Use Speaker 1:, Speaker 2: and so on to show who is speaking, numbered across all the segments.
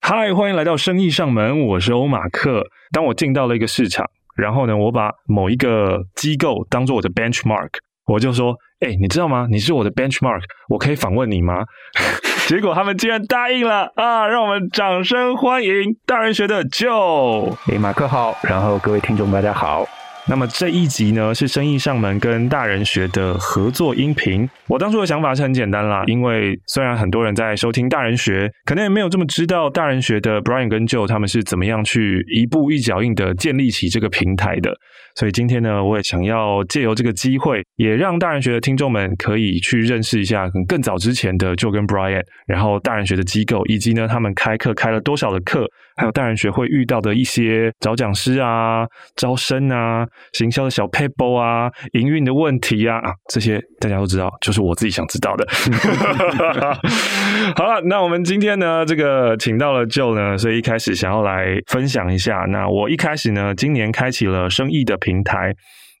Speaker 1: 嗨，欢迎来到生意上门，我是欧马克。当我进到了一个市场，然后呢，我把某一个机构当做我的 benchmark，我就说，哎、你知道吗？你是我的 benchmark，我可以访问你吗？ 结果他们竟然答应了啊！让我们掌声欢迎大人学的 Joe。
Speaker 2: 诶，马克好，然后各位听众大家好，
Speaker 1: 那么这一集呢是生意上门跟大人学的合作音频。我当初的想法是很简单啦，因为虽然很多人在收听大人学，可能也没有这么知道大人学的 Brian 跟 Joe 他们是怎么样去一步一脚印的建立起这个平台的。所以今天呢，我也想要借由这个机会，也让大人学的听众们可以去认识一下可能更早之前的 Joe 跟 Brian，然后大人学的机构，以及呢他们开课开了多少的课，还有大人学会遇到的一些找讲师啊、招生啊、行销的小 paper 啊、营运的问题啊啊，这些大家都知道，就是我自己想知道的。 好了，那我们今天呢，这个请到了 Joe 呢，所以一开始想要来分享一下。那我一开始呢，今年开启了生意的平台，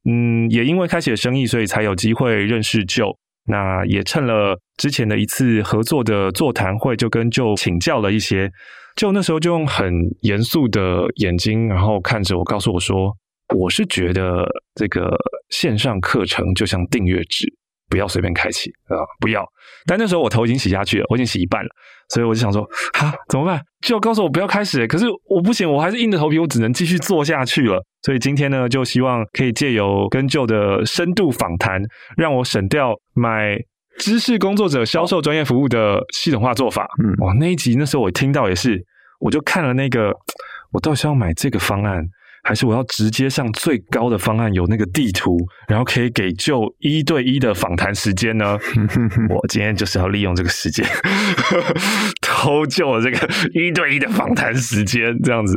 Speaker 1: 嗯，也因为开启了生意，所以才有机会认识 Joe。那也趁了之前的一次合作的座谈会，就跟 Joe 请教了一些。就那时候就用很严肃的眼睛，然后看着我，告诉我说：“我是觉得这个线上课程就像订阅制，不要随便开启啊、不要。”但那时候我头已经洗下去了，我已经洗一半了，所以我就想说，哈，怎么办？就告诉我不要开始，可是我不行，我还是硬着头皮，我只能继续做下去了。所以今天呢，就希望可以借由跟旧的深度访谈，让我省掉买知识工作者销售专业服务的系统化做法。
Speaker 2: 嗯
Speaker 1: 哇，那一集那时候我听到也是，我就看了那个，我到底是要买这个方案，还是我要直接上最高的方案，有那个地图，然后可以给就一对一的访谈时间呢？我今天就是要利用这个时间， 偷救我这个一对一的访谈时间，这样子。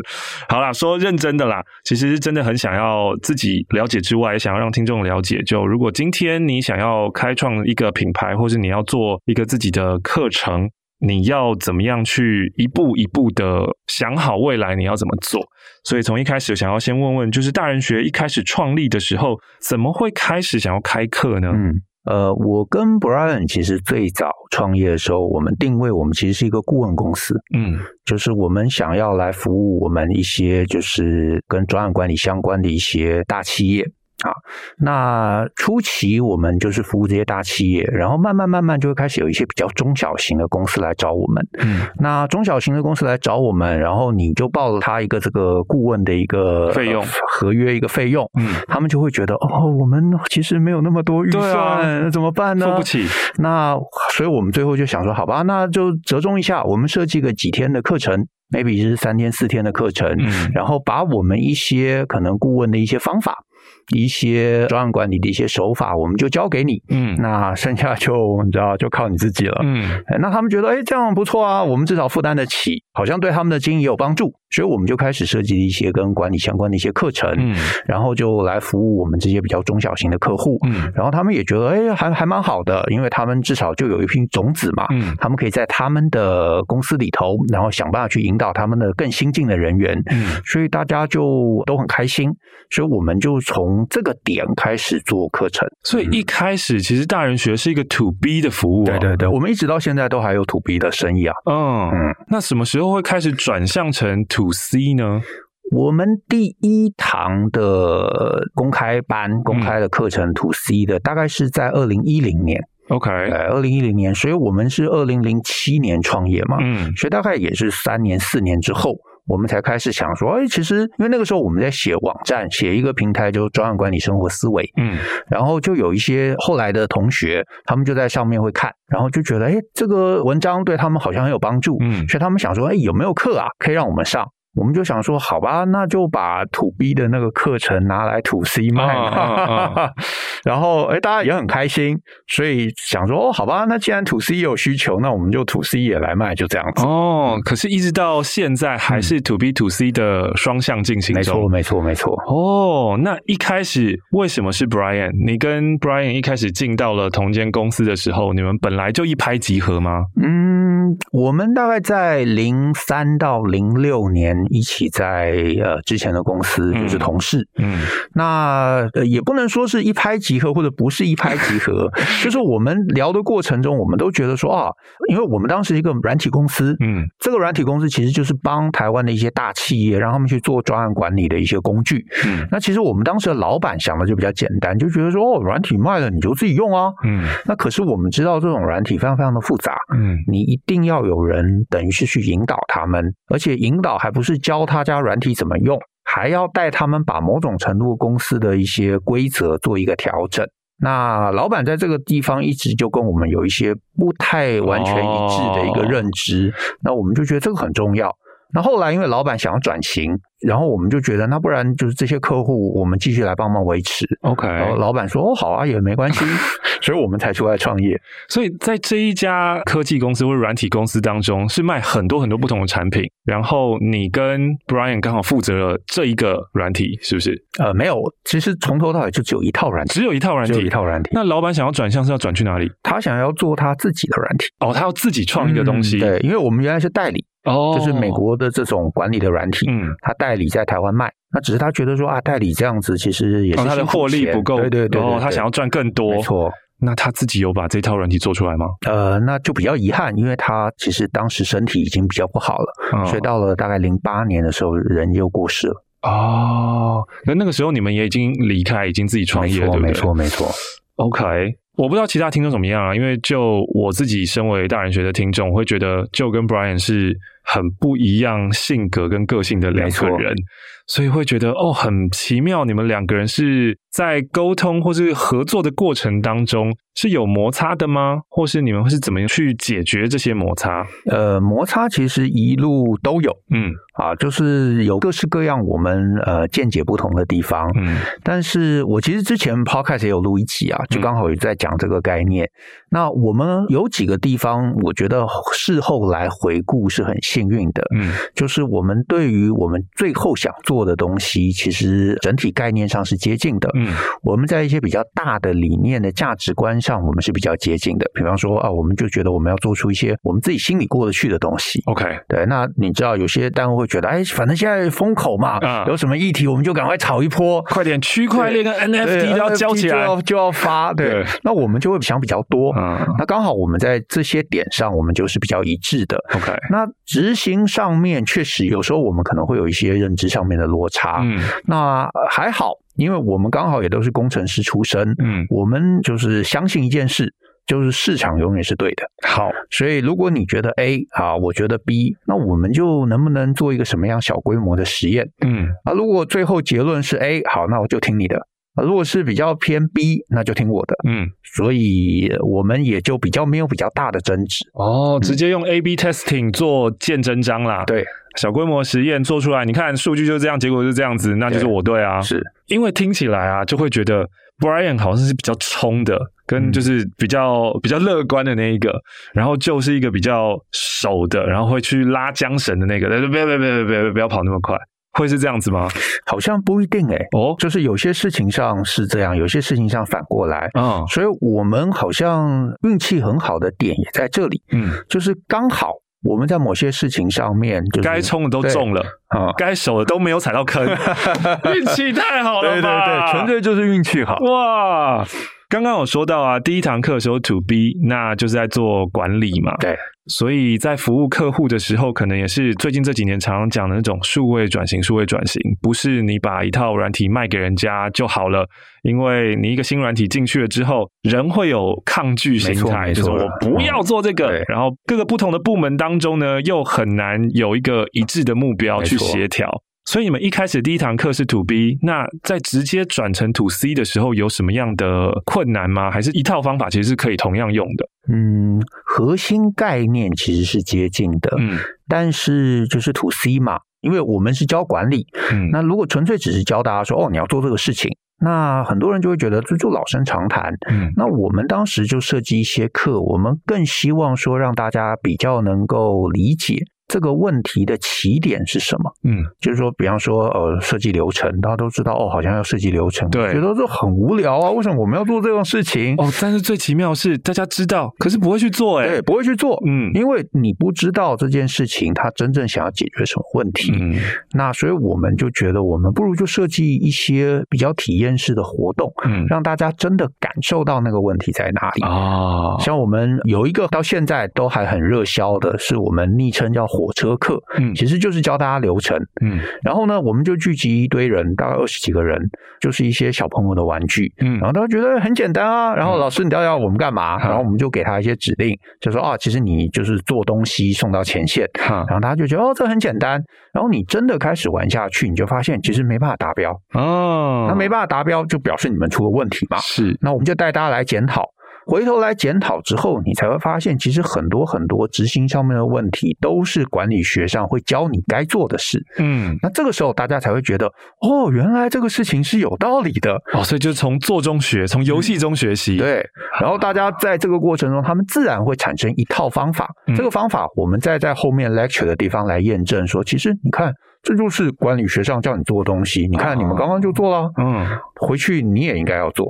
Speaker 1: 好啦，说认真的啦，其实真的很想要自己了解之外，也想要让听众了解。就如果今天你想要开创一个品牌，或是你要做一个自己的课程，你要怎么样去一步一步的想好未来你要怎么做。所以从一开始想要先问问，就是大人学一开始创立的时候，怎么会开始想要开课呢？
Speaker 2: 嗯。呃，我跟 Brian 其实最早创业的时候，我们定位我们其实是一个顾问公司，
Speaker 1: 嗯
Speaker 2: 就是我们想要来服务我们一些就是跟专案管理相关的一些大企业啊。那初期我们就是服务这些大企业，然后慢慢慢慢就会开始有一些比较中小型的公司来找我们。
Speaker 1: 嗯，
Speaker 2: 那中小型的公司来找我们，然后你就报了他一个这个顾问的一个
Speaker 1: 费用
Speaker 2: 呃合约一个费用，
Speaker 1: 嗯，
Speaker 2: 他们就会觉得哦，我们其实没有那么多预
Speaker 1: 对
Speaker 2: 算，
Speaker 1: 啊
Speaker 2: 那怎么办呢？
Speaker 1: 付不。起，
Speaker 2: 那所以我们最后就想说，好吧，那就折中一下，我们设计个几天的课程，maybe 是三天四天的课程，
Speaker 1: 嗯
Speaker 2: 然后把我们一些可能顾问的一些方法。一些专案管理的一些手法，我们就交给你。
Speaker 1: 嗯
Speaker 2: 那剩下就你知道，就靠你自己了。
Speaker 1: 嗯
Speaker 2: 哎那他们觉得，哎，这样不错啊，我们至少负担得起，好像对他们的经营也有帮助，所以我们就开始设计一些跟管理相关的一些课程，
Speaker 1: 嗯
Speaker 2: 然后就来服务我们这些比较中小型的客户。
Speaker 1: 嗯
Speaker 2: 然后他们也觉得，哎，还还蛮好的，因为他们至少就有一批种子嘛，
Speaker 1: 嗯
Speaker 2: 他们可以在他们的公司里头，然后想办法去引导他们的更新进的人员，
Speaker 1: 嗯
Speaker 2: 所以大家就都很开心，所以我们就从这个点开始做课程。
Speaker 1: 所以一开始其实大人学是一个 to B 的服务、哦，
Speaker 2: 嗯对对对，我们一直到现在都还有 to B 的生意啊。
Speaker 1: 嗯，
Speaker 2: 嗯
Speaker 1: 那什么时候会开始转向成 to C 呢？
Speaker 2: 我们第一堂的公开班、公开的课程 to C 的，大概是在二零一零年，
Speaker 1: OK，
Speaker 2: 呃，二零一零年，所以我们是二零零七年创业嘛，
Speaker 1: 嗯
Speaker 2: 所以大概也是三年、四年之后。我们才开始想说，哎，其实因为那个时候我们在写网站，写一个平台，就是专案管理生活思维，
Speaker 1: 嗯
Speaker 2: 然后就有一些后来的同学，他们就在上面会看，然后就觉得，哎，这个文章对他们好像很有帮助，
Speaker 1: 嗯
Speaker 2: 所以他们想说，哎，有没有课啊，可以让我们上？我们就想说，好吧，那就把 to B 的那个课程拿来 to C 卖嘛。
Speaker 1: 啊啊啊
Speaker 2: 然后，哎，大家也很开心，所以想说，哦，好吧，那既然 to C 也有需求，那我们就 to C 也来卖，就这样子。
Speaker 1: 哦，可是一直到现在还是 to B to C 的双向进行
Speaker 2: 嗯没错，
Speaker 1: 中。
Speaker 2: 没错，没错。
Speaker 1: 哦，那一开始为什么是 Brian？你跟 Brian 一开始进到了同间公司的时候，你们本来就一拍即合吗？
Speaker 2: 嗯，嗯，我们大概在零三到零六年一起在呃之前的公司就是同事，
Speaker 1: 嗯
Speaker 2: 那呃也不能说是一拍即合，或者不是一拍即 合，就是我们聊的过程中，我们都觉得说啊，因为我们当时一个软体公司，
Speaker 1: 嗯
Speaker 2: 这个软体公司其实就是帮台湾的一些大企业，让他们去做专案管理的一些工具。
Speaker 1: 嗯
Speaker 2: 那其实我们当时的老板想的就比较简单，就觉得说哦，软体卖了你就自己用啊。
Speaker 1: 嗯
Speaker 2: 那可是我们知道这种软体非常非常的复杂，
Speaker 1: 嗯
Speaker 2: 你一定要有人等于是去引导他们，而且引导还不是教他家软体怎么用，还要带他们把某种程度公司的一些规则做一个调整。那老板在这个地方一直就跟我们有一些不太完全一致的一个认知，那我们就觉得这个很重要。那后来因为老板想要转型，然后我们就觉得那不然就是这些客户我们继续来帮忙维持。
Speaker 1: ，OK，
Speaker 2: 然后老板说哦好啊也没关系，所以我们才出来创业。
Speaker 1: 所以在这一家科技公司或软体公司当中，是卖很多很多不同的产品，然后你跟 Brian 刚好负责了这一个软体，是不是？
Speaker 2: 呃，没有，其实从头到尾就只有一套软体，
Speaker 1: 只有一套软
Speaker 2: 只有
Speaker 1: 体
Speaker 2: 一。套软体。
Speaker 1: 那老板想要转向是要转去哪里？
Speaker 2: 他想要做他自己的软体，
Speaker 1: 哦，他要自己创一个东西，
Speaker 2: 嗯对，因为我们原来是代理，
Speaker 1: 哦，
Speaker 2: 就是美，国的这种管理的软体，
Speaker 1: 嗯，
Speaker 2: 他代理在台湾卖。那只是他觉得说啊，代理这样子其实也是
Speaker 1: 哦，他的
Speaker 2: 辛苦
Speaker 1: 获利
Speaker 2: 钱
Speaker 1: 不够，
Speaker 2: 对对对
Speaker 1: 哦，他想要
Speaker 2: 要
Speaker 1: 赚更多
Speaker 2: 没，错。
Speaker 1: 那他自己有把这套软体做出来吗？
Speaker 2: 呃，那就比较遗憾，因为他其实当时身体已经比较不好了，
Speaker 1: 嗯
Speaker 2: 所以到了大概零八年的时候，人就过世了。
Speaker 1: 哦，那那个时候你们也已经离开，已经自己创
Speaker 2: 没
Speaker 1: 业了，对
Speaker 2: 错，
Speaker 1: 不对？
Speaker 2: 没错，没错。
Speaker 1: OK，我不知道其他听众怎么样啊，因为就我自己身为大人学的听众，我会觉得就跟 Brian 是很不一样性格跟个性的两
Speaker 2: 没
Speaker 1: 个
Speaker 2: 错
Speaker 1: 人，所以会觉得哦，很奇妙，你们两个人是在沟通或是合作的过程当中是有摩擦的吗？或是你们会是怎么样去解决这些摩擦？
Speaker 2: 呃，摩擦其实一路都有，
Speaker 1: 嗯
Speaker 2: 啊，就是有各式各样我们呃见解不同的地方。
Speaker 1: 嗯
Speaker 2: 但是我其实之前 podcast 也有录一集啊，就刚好有在讲这个概念。那我们有几个地方，我觉得事后来回顾是很幸运的，
Speaker 1: 嗯
Speaker 2: 就是我们对于我们最后想做的东西，其实整体概念上是接近的。
Speaker 1: 嗯
Speaker 2: 我们在一些比较大的理念的价值观上，我们是比较接近的。比方说啊，我们就觉得我们要做出一些我们自己心里过得去的东西。
Speaker 1: ，OK，
Speaker 2: 对，那你知道有些单位会觉得，哎，反正现在风口嘛，
Speaker 1: 啊
Speaker 2: 有什么议题我们就赶快炒一波。
Speaker 1: 快点，区块链跟
Speaker 2: 对
Speaker 1: NFT 都要交起来
Speaker 2: 就。要就要发。对，
Speaker 1: 对
Speaker 2: 那我们就会想比较多。
Speaker 1: 嗯
Speaker 2: 那刚好我们在这些点上，我们就是比较一致的。
Speaker 1: ，OK，
Speaker 2: 那执行上面确实有时候我们可能会有一些认知上面的落差。
Speaker 1: 嗯
Speaker 2: 那呃还好，因为我们刚好也都是工程师出身，
Speaker 1: 嗯，
Speaker 2: 我们就是相信一件事，就是市场永远是对的。
Speaker 1: 好，
Speaker 2: 所以，如果你觉得 A 啊，我觉得 B，那我们就能不能做一个什么样小规模的实验
Speaker 1: 嗯
Speaker 2: 啊？如果最后结论是 A，好，那我就听你的；啊，如果是比较偏 B，那就听我的。
Speaker 1: 嗯。
Speaker 2: 所以，呃我们也就比较没有比较大的争执。
Speaker 1: 哦，直接用 A/B testing 做见真章啦。，
Speaker 2: 对，
Speaker 1: 小规模实验做出来，你看数据就这样，结果就这样子，那就是我对啊。
Speaker 2: 是
Speaker 1: 因为听起来啊，就会觉得 Brian 好像是比较冲的，跟
Speaker 2: 嗯
Speaker 1: 就是比较、比较乐观的那一个，然后就是一个比较守的，然后会去拉缰绳的那个。但是不要不要不要不要不要跑那么快，会是这样子吗？
Speaker 2: 好像不一定诶、
Speaker 1: 哦，
Speaker 2: 就是有些事情上是这样，有些事情上反过来。
Speaker 1: 啊，
Speaker 2: 所以，我们好像运气很好的点也在这里，
Speaker 1: 嗯，
Speaker 2: 就是刚好我们在某些事情上面就是
Speaker 1: 该冲的都
Speaker 2: 对
Speaker 1: 中了，
Speaker 2: 啊。
Speaker 1: 该守的都没有踩到 坑，运气太好了吧？
Speaker 2: 就是运气好
Speaker 1: 哇，刚刚有说到啊，第一堂课的时候 to B，那就是在做管理嘛。
Speaker 2: 对，
Speaker 1: 所以在服务客户的时候，可能也是最近这几年常常讲的那种数位转型。数位转型不是你把一套软体卖给人家就好了，因为你一个新软体进去了之后，人会有抗拒心
Speaker 2: 没错
Speaker 1: 态，
Speaker 2: 没
Speaker 1: 就是
Speaker 2: 错
Speaker 1: 我不要做这个。
Speaker 2: 对
Speaker 1: 然后各个不同的部门当中呢，又很难有一个一致的目标
Speaker 2: 没
Speaker 1: 去
Speaker 2: 错
Speaker 1: 协调。所以你们一开始第一堂课是 to B，那在直接转成 to C 的时候有什么样的困难吗？还是一套方法其实是可以同样用的？
Speaker 2: 嗯，核心概念其实是接近的，
Speaker 1: 嗯
Speaker 2: 但是就是 to C 嘛，因为我们是教管理，
Speaker 1: 嗯
Speaker 2: 那如果纯粹只是教大家说哦你要做这个事情，那很多人就会觉得这就老生常谈。
Speaker 1: 嗯
Speaker 2: 那我们当时就设计一些课，我们更希望说让大家比较能够理解这个问题的起点是什么？
Speaker 1: 嗯，
Speaker 2: 就是说，比方说，呃，设计流程，大家都知道哦，好像要设计流程，
Speaker 1: 对
Speaker 2: 觉得这很无聊啊，为什么我们要做这种事情？
Speaker 1: 哦，但是最奇妙的是大家知道，可是不会去做、欸，
Speaker 2: 对，不会去做，
Speaker 1: 嗯
Speaker 2: 因为你不知道这件事情它真正想要解决什么问题。
Speaker 1: 嗯
Speaker 2: 那所以我们就觉得，我们不如就设计一些比较体验式的活动，
Speaker 1: 嗯
Speaker 2: 让大家真的感受到那个问题在哪里。
Speaker 1: 啊，
Speaker 2: 像我们有一个到现在都还很热销的，是我们昵称叫“火车课”，
Speaker 1: 嗯
Speaker 2: 其实就是教大家流程。
Speaker 1: 嗯
Speaker 2: 然后呢，我们就聚集一堆人，大概二十几个人，就是一些小朋友的玩具。
Speaker 1: 嗯
Speaker 2: 然后他觉得很简单啊，然后
Speaker 1: 嗯
Speaker 2: 老师你要要我们干嘛？
Speaker 1: 好
Speaker 2: 然后我们就给他一些指令，就说啊，其实你就是做东西送到前线。
Speaker 1: 哈
Speaker 2: 然后他就觉得哦，这很简单。然后你真的开始玩下去，你就发现其实没办法达标。
Speaker 1: 哦，
Speaker 2: 那没办法达标，就表示你们出了问题嘛。
Speaker 1: 是
Speaker 2: 那我们就带大家来检讨。回头来检讨之后，你才会发现，其实很多很多执行上面的问题，都是管理学上会教你该做的事。
Speaker 1: 嗯
Speaker 2: 那这个时候，大家才会觉得，哦，原来这个事情是有道理的。
Speaker 1: 哦，所以就是从做中学，从游戏中学习，，
Speaker 2: 对，然后大家在这个过程中，他们自然会产生一套方法。
Speaker 1: 嗯
Speaker 2: 这个方法，我们再在后面 lecture 的地方来验证说，其实你看，这就是管理学上叫你做的东西。你看，你们刚刚就做了，
Speaker 1: 啊嗯。
Speaker 2: 回去你也应该要做。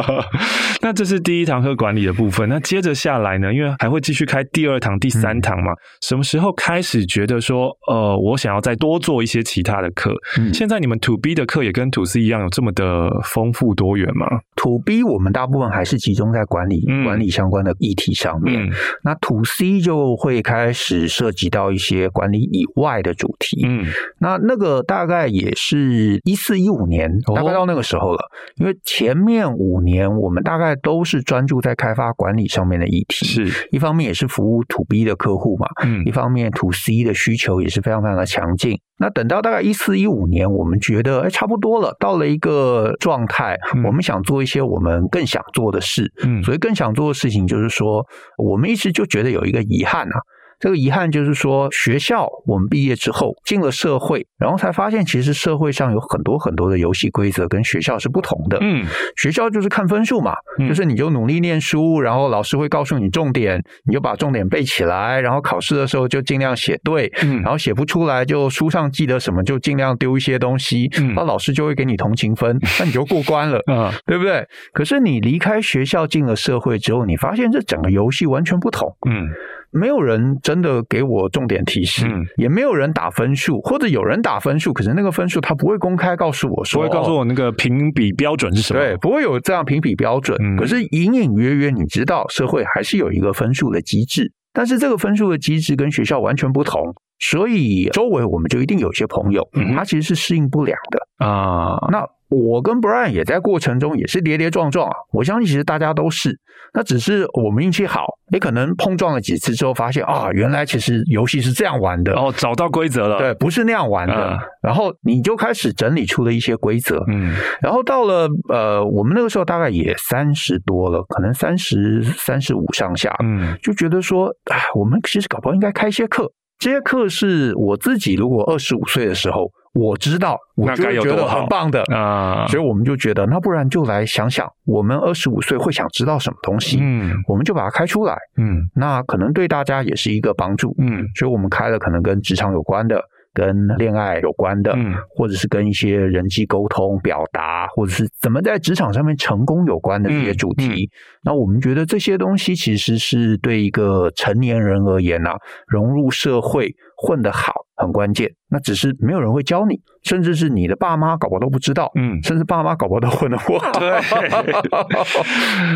Speaker 1: 那这是第一堂课管理的部分。那接着下来呢，因为还会继续开第二堂、第三堂
Speaker 2: 嗯
Speaker 1: 嘛。什么时候开始觉得说，呃，我想要再多做一些其他的课？
Speaker 2: 嗯
Speaker 1: 现在你们 to B 的课也跟 to C 一样有这么的丰富多元吗？
Speaker 2: to B 我们大部分还是集中在管理、
Speaker 1: 嗯
Speaker 2: 管理相关的议题上面。
Speaker 1: 嗯
Speaker 2: 那 to C 就会开始涉及到一些管理以外的主题。
Speaker 1: 嗯
Speaker 2: 那那个大概也是一四一五年，
Speaker 1: 哦
Speaker 2: 大概到那个时候了。因为前面五年我们大概都是专注在开发管理上面的议题，
Speaker 1: 是
Speaker 2: 一方面也是服务 to B 的客户嘛，
Speaker 1: 嗯
Speaker 2: 一方面 to C 的需求也是非常非常的强劲。那等到大概一四一五年，我们觉得哎差不多了，到了一个状态，
Speaker 1: 嗯
Speaker 2: 我们想做一些我们更想做的事。
Speaker 1: 嗯
Speaker 2: 所以更想做的事情就是说，我们一直就觉得有一个遗憾啊。这个遗憾就是说，学校我们毕业之后进了社会，然后才发现其实社会上有很多很多的游戏规则跟学校是不同的。
Speaker 1: 嗯
Speaker 2: 学校就是看分数嘛，
Speaker 1: 嗯
Speaker 2: 就是你就努力念书，然后老师会告诉你重点，你就把重点背起来，然后考试的时候就尽量写对，
Speaker 1: 嗯
Speaker 2: 然后写不出来就书上记得什么就尽量丢一些东西，
Speaker 1: 嗯
Speaker 2: 那老师就会给你同情分，那你就过关了。
Speaker 1: 啊
Speaker 2: 对不对？可是你离开学校进了社会之后，你发现这整个游戏完全不同，
Speaker 1: 嗯
Speaker 2: 没有人真的给我重点提示，
Speaker 1: 嗯
Speaker 2: 也没有人打分数，或者有人打分数，可是那个分数他不会公开告诉我
Speaker 1: 不
Speaker 2: 说，
Speaker 1: 会告诉
Speaker 2: 哦
Speaker 1: 我那个评比标准是什么？
Speaker 2: 对，不会有这样评比标准。
Speaker 1: 嗯
Speaker 2: 可是隐隐约约你知道，社会还是有一个分数的机制，但是这个分数的机制跟学校完全不同。所以周围我们就一定有一些朋友
Speaker 1: 嗯哼，
Speaker 2: 他其实是适应不良的。
Speaker 1: 啊，
Speaker 2: 那我跟 Brian 也在过程中也是跌跌撞撞啊，我相信其实大家都是，那只是我们运气好，也可能碰撞了几次之后发现啊，原来其实游戏是这样玩的，
Speaker 1: 哦，找到规则了。
Speaker 2: 对，，不是那样玩的，
Speaker 1: 嗯
Speaker 2: 然后你就开始整理出了一些规则，
Speaker 1: 嗯
Speaker 2: 然后到了呃，我们那个时候大概也三十多了，可能三十三十五上下，
Speaker 1: 嗯
Speaker 2: 就觉得说，哎，我们其实搞不好应该开一些课。这些课是我自己，如果二十五岁的时候，我知道，我
Speaker 1: 那
Speaker 2: 就
Speaker 1: 该
Speaker 2: 会
Speaker 1: 有
Speaker 2: 觉
Speaker 1: 多
Speaker 2: 得
Speaker 1: 好
Speaker 2: 很棒的。
Speaker 1: 啊，
Speaker 2: 所以我们就觉得，那不然就来想想，我们二十五岁会想知道什么东西，
Speaker 1: 嗯
Speaker 2: 我们就把它开出来。
Speaker 1: 嗯
Speaker 2: 那可能对大家也是一个帮助。
Speaker 1: 嗯
Speaker 2: 所以我们开了可能跟职场有关的、跟恋爱有关的，
Speaker 1: 嗯
Speaker 2: 或者是跟一些人际沟通、表达，或者是怎么在职场上面成功有关的这些主
Speaker 1: 嗯
Speaker 2: 题。那我们觉得这些东西其实是对一个成年人而言呢、啊融入社会、混得好很关键。那只是没有人会教你，甚至是你的爸妈搞不好都不知道。
Speaker 1: 嗯，
Speaker 2: 甚至爸妈搞不好都混得不 好。
Speaker 1: 对。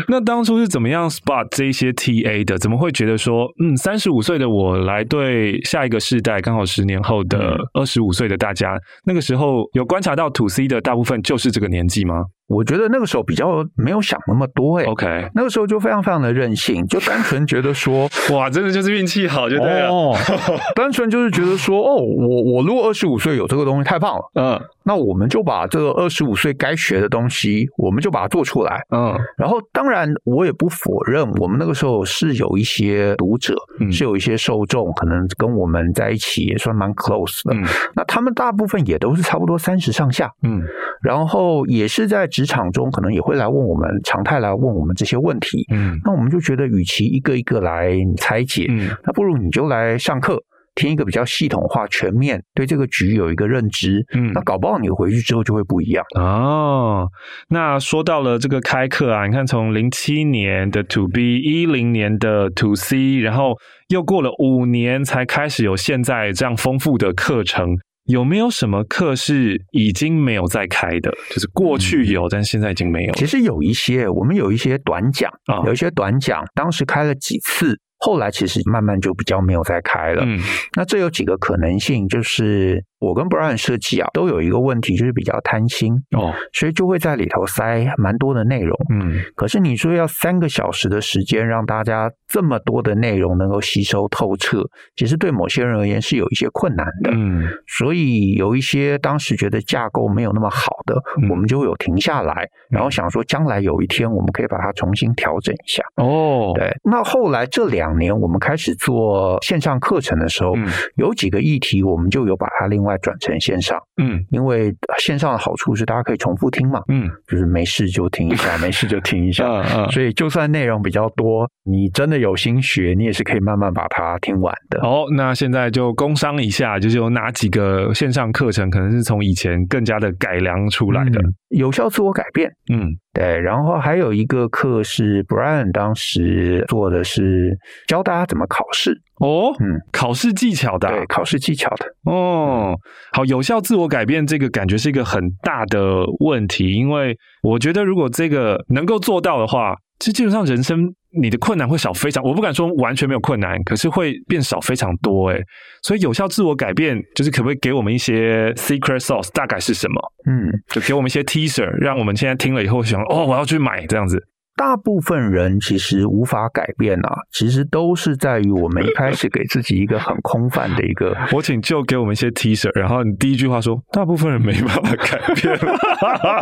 Speaker 1: 那当初是怎么样 spot 这一些 TA 的？怎么会觉得说，嗯，三十五岁的我来对下一个世代，刚好十年后的二十五岁的大家，那个时候有观察到 to C 的大部分就是这个年纪吗
Speaker 2: 我觉得那个时候比较没有想那么多哎、
Speaker 1: ？OK，
Speaker 2: 那个时候就非常非常的任性，就单纯觉得 说，
Speaker 1: 哇，真的就是运气好就对了。
Speaker 2: 哦，单纯就是觉得说，哦，我我如果二十五岁有这个东西太棒了，
Speaker 1: 嗯
Speaker 2: 那我们就把这个二十五岁该学的东西，我们就把它做出来。
Speaker 1: 嗯
Speaker 2: 然后，当然我也不否认，我们那个时候是有一些读者，
Speaker 1: 嗯
Speaker 2: 是有一些受众，可能跟我们在一起也算蛮 close 的。
Speaker 1: 嗯
Speaker 2: 那他们大部分也都是差不多三十上下，
Speaker 1: 嗯
Speaker 2: 然后也是在职场中，可能也会来问我们，常态来问我们这些问题。
Speaker 1: 嗯
Speaker 2: 那我们就觉得，与其一个一个来拆解，
Speaker 1: 嗯
Speaker 2: 那不如你就来上课。听一个比较系统化、全面，对这个局有一个认知，
Speaker 1: 嗯
Speaker 2: 那搞不好你回去之后就会不一样。
Speaker 1: 哦，那说到了这个开课啊，你看从零七年的 To B，一零年的 To C，然后又过了五年才开始有现在这样丰富的课程。有没有什么课是已经没有在开的？就是过去有，但现在已经没有了
Speaker 2: 其实有一些，我们有一些短讲，
Speaker 1: 啊
Speaker 2: 有一些短讲，当时开了几次，后来其实慢慢就比较没有再开了。
Speaker 1: 嗯
Speaker 2: 那这有几个可能性，就是我跟 Brian 设计啊，都有一个问题，就是比较贪心，
Speaker 1: 哦
Speaker 2: 所以就会在里头塞蛮多的内容。
Speaker 1: 嗯
Speaker 2: 可是你说要三个小时的时间让大家这么多的内容能够吸收透彻，其实对某些人而言是有一些困难的。
Speaker 1: 嗯
Speaker 2: 所以有一些当时觉得架构没有那么好的，
Speaker 1: 嗯
Speaker 2: 我们就有停下来，然后想说将来有一天我们可以把它重新调整一下。
Speaker 1: 哦
Speaker 2: 对，那后来这两年我们开始做线上课程的时候，
Speaker 1: 嗯
Speaker 2: 有几个议题我们就有把它另外转成线上，
Speaker 1: 嗯
Speaker 2: 因为线上的好处是大家可以重复听嘛，
Speaker 1: 嗯
Speaker 2: 就是没事就听一下，没事就听一下。
Speaker 1: 嗯嗯
Speaker 2: 所以，就算内容比较多，你真的有心学，你也是可以慢慢把它听完的。
Speaker 1: 好，哦那现在就工商一下，就是有哪几个线上课程可能是从以前更加的改良出来的？
Speaker 2: 嗯有效自我改变，
Speaker 1: 嗯
Speaker 2: 对，然后还有一个课是 Brian 当时做的是教大家怎么考试，
Speaker 1: 哦，
Speaker 2: 嗯，
Speaker 1: 考试技巧的啊、
Speaker 2: 对，考试技巧的，
Speaker 1: 哦，好，有效自我改变这个感觉是一个很大的问题，因为我觉得如果这个能够做到的话，这基本上人生你的困难会少非常，我不敢说完全没有困难，可是会变少非常多诶。所以有效自我改变就是可不可以给我们一些 secret sauce，大概是什么？
Speaker 2: 嗯，
Speaker 1: 就给我们一些 teaser，让我们现在听了以后想哦，我要去买这样子。
Speaker 2: 大部分人其实无法改变啊，其实都是在于我们一开始给自己一个很空泛的一个。
Speaker 1: 我请就给我们一些 teaser，然后你第一句话说，大部分人没办法改变，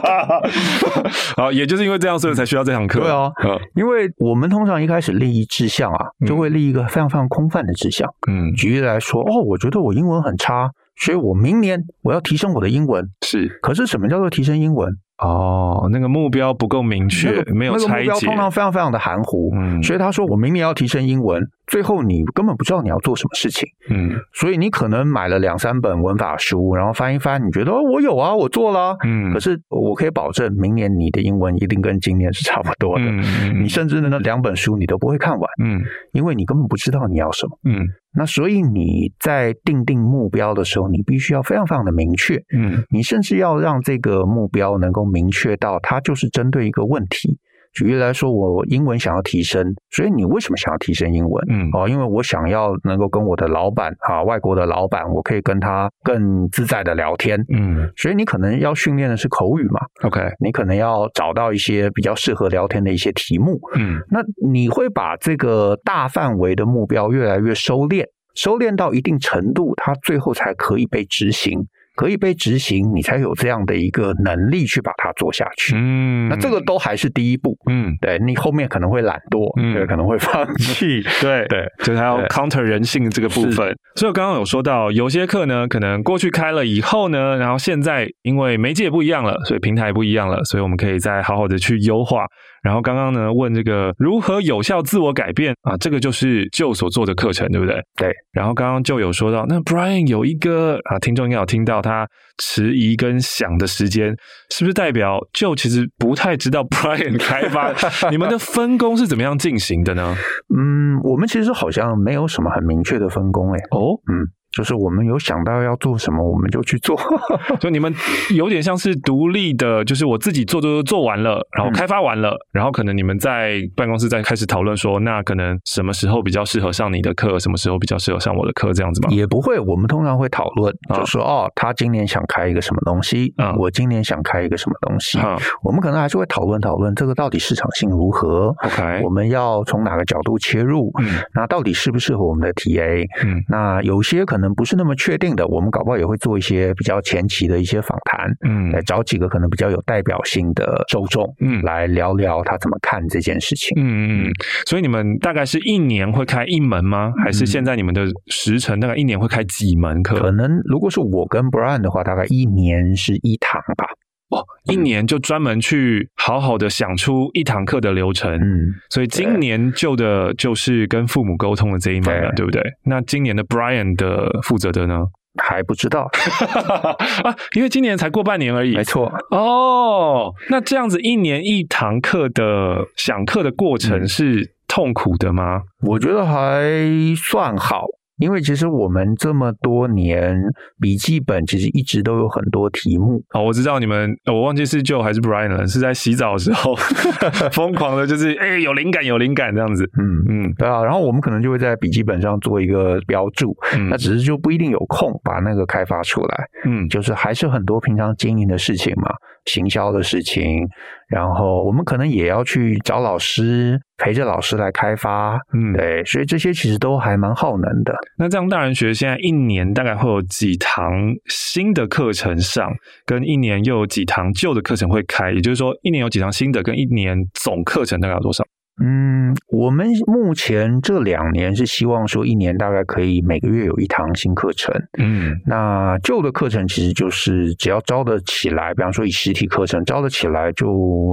Speaker 1: 好，也就是因为这样，所以才需要这堂课。
Speaker 2: 对啊
Speaker 1: 嗯，
Speaker 2: 因为我们通常一开始立一志向啊，就会立一个非常非常空泛的志向。
Speaker 1: 嗯，
Speaker 2: 举例来说，哦，我觉得我英文很差，所以我明年我要提升我的英文。
Speaker 1: 是
Speaker 2: 可是什么叫做提升英文？
Speaker 1: 哦，那个目标不够明确，
Speaker 2: 那个
Speaker 1: 没有
Speaker 2: 那个
Speaker 1: 拆
Speaker 2: 目
Speaker 1: 解，
Speaker 2: 标通常非常非常的含糊。
Speaker 1: 嗯
Speaker 2: 所以他说我明年要提升英文，最后你根本不知道你要做什么事情，
Speaker 1: 嗯
Speaker 2: 所以你可能买了两三本文法书，然后翻一翻，你觉得、哦、我有啊，我做了、
Speaker 1: 嗯，
Speaker 2: 可
Speaker 1: 是
Speaker 2: 是我可以保证，明年你的英文一定跟今年是差不多的。
Speaker 1: 嗯
Speaker 2: 你
Speaker 1: 嗯
Speaker 2: 甚至那两本书你都不会看完，
Speaker 1: 嗯
Speaker 2: 因为你根本不知道你要什么。
Speaker 1: 嗯
Speaker 2: 那所以你在定定目标的时候，你必须要非常非常的明确，
Speaker 1: 嗯
Speaker 2: 你甚至要让这个目标能够明确到它就是针对一个问题。举例来说，我英文想要提升，所以你为什么想要提升英文？
Speaker 1: 嗯
Speaker 2: 哦，因为我想要能够跟我的老板啊，外国的老板，我可以跟他更自在的聊天。
Speaker 1: 嗯
Speaker 2: 所以你可能要训练的是口语嘛，
Speaker 1: ，OK，
Speaker 2: 你可能要找到一些比较适合聊天的一些题目。
Speaker 1: 嗯
Speaker 2: 那你会把这个大范围的目标越来越收敛，收敛到一定程度，它最后才可以被执行，可以被执行，你才有这样的一个能力去把它做下去。
Speaker 1: 嗯，
Speaker 2: 那这个都还是第一步，
Speaker 1: 嗯。
Speaker 2: 对你后面可能会懒惰，
Speaker 1: 嗯
Speaker 2: 对，可能会放弃，
Speaker 1: 对
Speaker 2: 对，
Speaker 1: 就是还要
Speaker 2: 对
Speaker 1: counter 人性这个部分。所以我刚刚有说到，有些课呢，可能过去开了以后呢，然后现在因为媒介不一样了，所以平台不一样了，所以我们可以再好好的去优化。然后刚刚呢问这个如何有效自我改变啊，这个就是就所做的课程，对不对？
Speaker 2: 对。
Speaker 1: 然后刚刚就有说到，那 Brian 有一个啊，听众应该有听到他迟疑跟想的时间，是不是代表就其实不太知道 Brian 开 发你们的分工是怎么样进行的呢？
Speaker 2: 嗯，我们其实好像没有什么很明确的分工，哎，
Speaker 1: 哦，
Speaker 2: 就是我们有想到要做什么，我们就去做。
Speaker 1: 就你们有点像是独立的，就是我自己做做做做完了，然后
Speaker 2: 嗯
Speaker 1: 开发完了，然后可能你们在办公室再开始讨论说，那可能什么时候比较适合上你的课，什么时候比较适合上我的课，这样子吗？
Speaker 2: 也不会，我们通常会讨论，
Speaker 1: 啊
Speaker 2: 就说哦，他今年想开一个什么东西，
Speaker 1: 啊
Speaker 2: 我今年想开一个什么东西，
Speaker 1: 啊
Speaker 2: 我们可能还是会讨论讨论这个到底市场性如何，
Speaker 1: ，OK，
Speaker 2: 我们要从哪个角度切入，
Speaker 1: 嗯
Speaker 2: 那到底适不适合我们的 TA？
Speaker 1: 嗯
Speaker 2: 那有些可能不是那么确定的，我们搞不好也会做一些比较前期的一些访谈，
Speaker 1: 嗯
Speaker 2: 来找几个可能比较有代表性的受众，
Speaker 1: 嗯
Speaker 2: 来聊聊他怎么看这件事情。
Speaker 1: 嗯嗯，所以你们大概是一年会开一门吗？还是
Speaker 2: 嗯
Speaker 1: 现在你们的时程大概一年会开几门课？
Speaker 2: 可能如果是我跟 Brian 的话，大概一年是一堂吧。
Speaker 1: 哇，一年就专门去好好的想出一堂课的流程。
Speaker 2: 嗯，
Speaker 1: 所以今年就的就是跟父母沟通的这一门了，
Speaker 2: 对
Speaker 1: 对不对？那今年的 Brian 的负责的呢？
Speaker 2: 还不知道，
Speaker 1: 啊，因为今年才过半年而已
Speaker 2: 没。 错，
Speaker 1: 哦，那这样子一年一堂课的想课的过程
Speaker 2: 嗯
Speaker 1: 是痛苦的吗？
Speaker 2: 我觉得还算好。因为其实我们这么多年笔记本其实一直都有很多题目，
Speaker 1: 哦，我知道你们，呃我忘记是 Joe 还是 Brian 了，是在洗澡的时 候疯狂的，就是哎、有灵感有灵感这样子。
Speaker 2: 嗯，
Speaker 1: 嗯
Speaker 2: 对啊，然后我们可能就会在笔记本上做一个标注，
Speaker 1: 嗯
Speaker 2: 那只是就不一定有空把那个开发出来，
Speaker 1: 嗯
Speaker 2: 就是还是很多平常经营的事情嘛，行销的事情，然后我们可能也要去找老师陪着老师来开发，
Speaker 1: 嗯，
Speaker 2: 对，所以这些其实都还蛮耗能的。
Speaker 1: 那这样大人学现在一年大概会有几堂新的课程上，跟一年又有几堂旧的课程会开，也就是说一年有几堂新的，跟一年总课程大概有多少？
Speaker 2: 嗯，我们目前这两年是希望说一年大概可以每个月有一堂新课程，
Speaker 1: 嗯
Speaker 2: 那旧的课程其实就是只要招得起来，比方说以实体课程招得起来就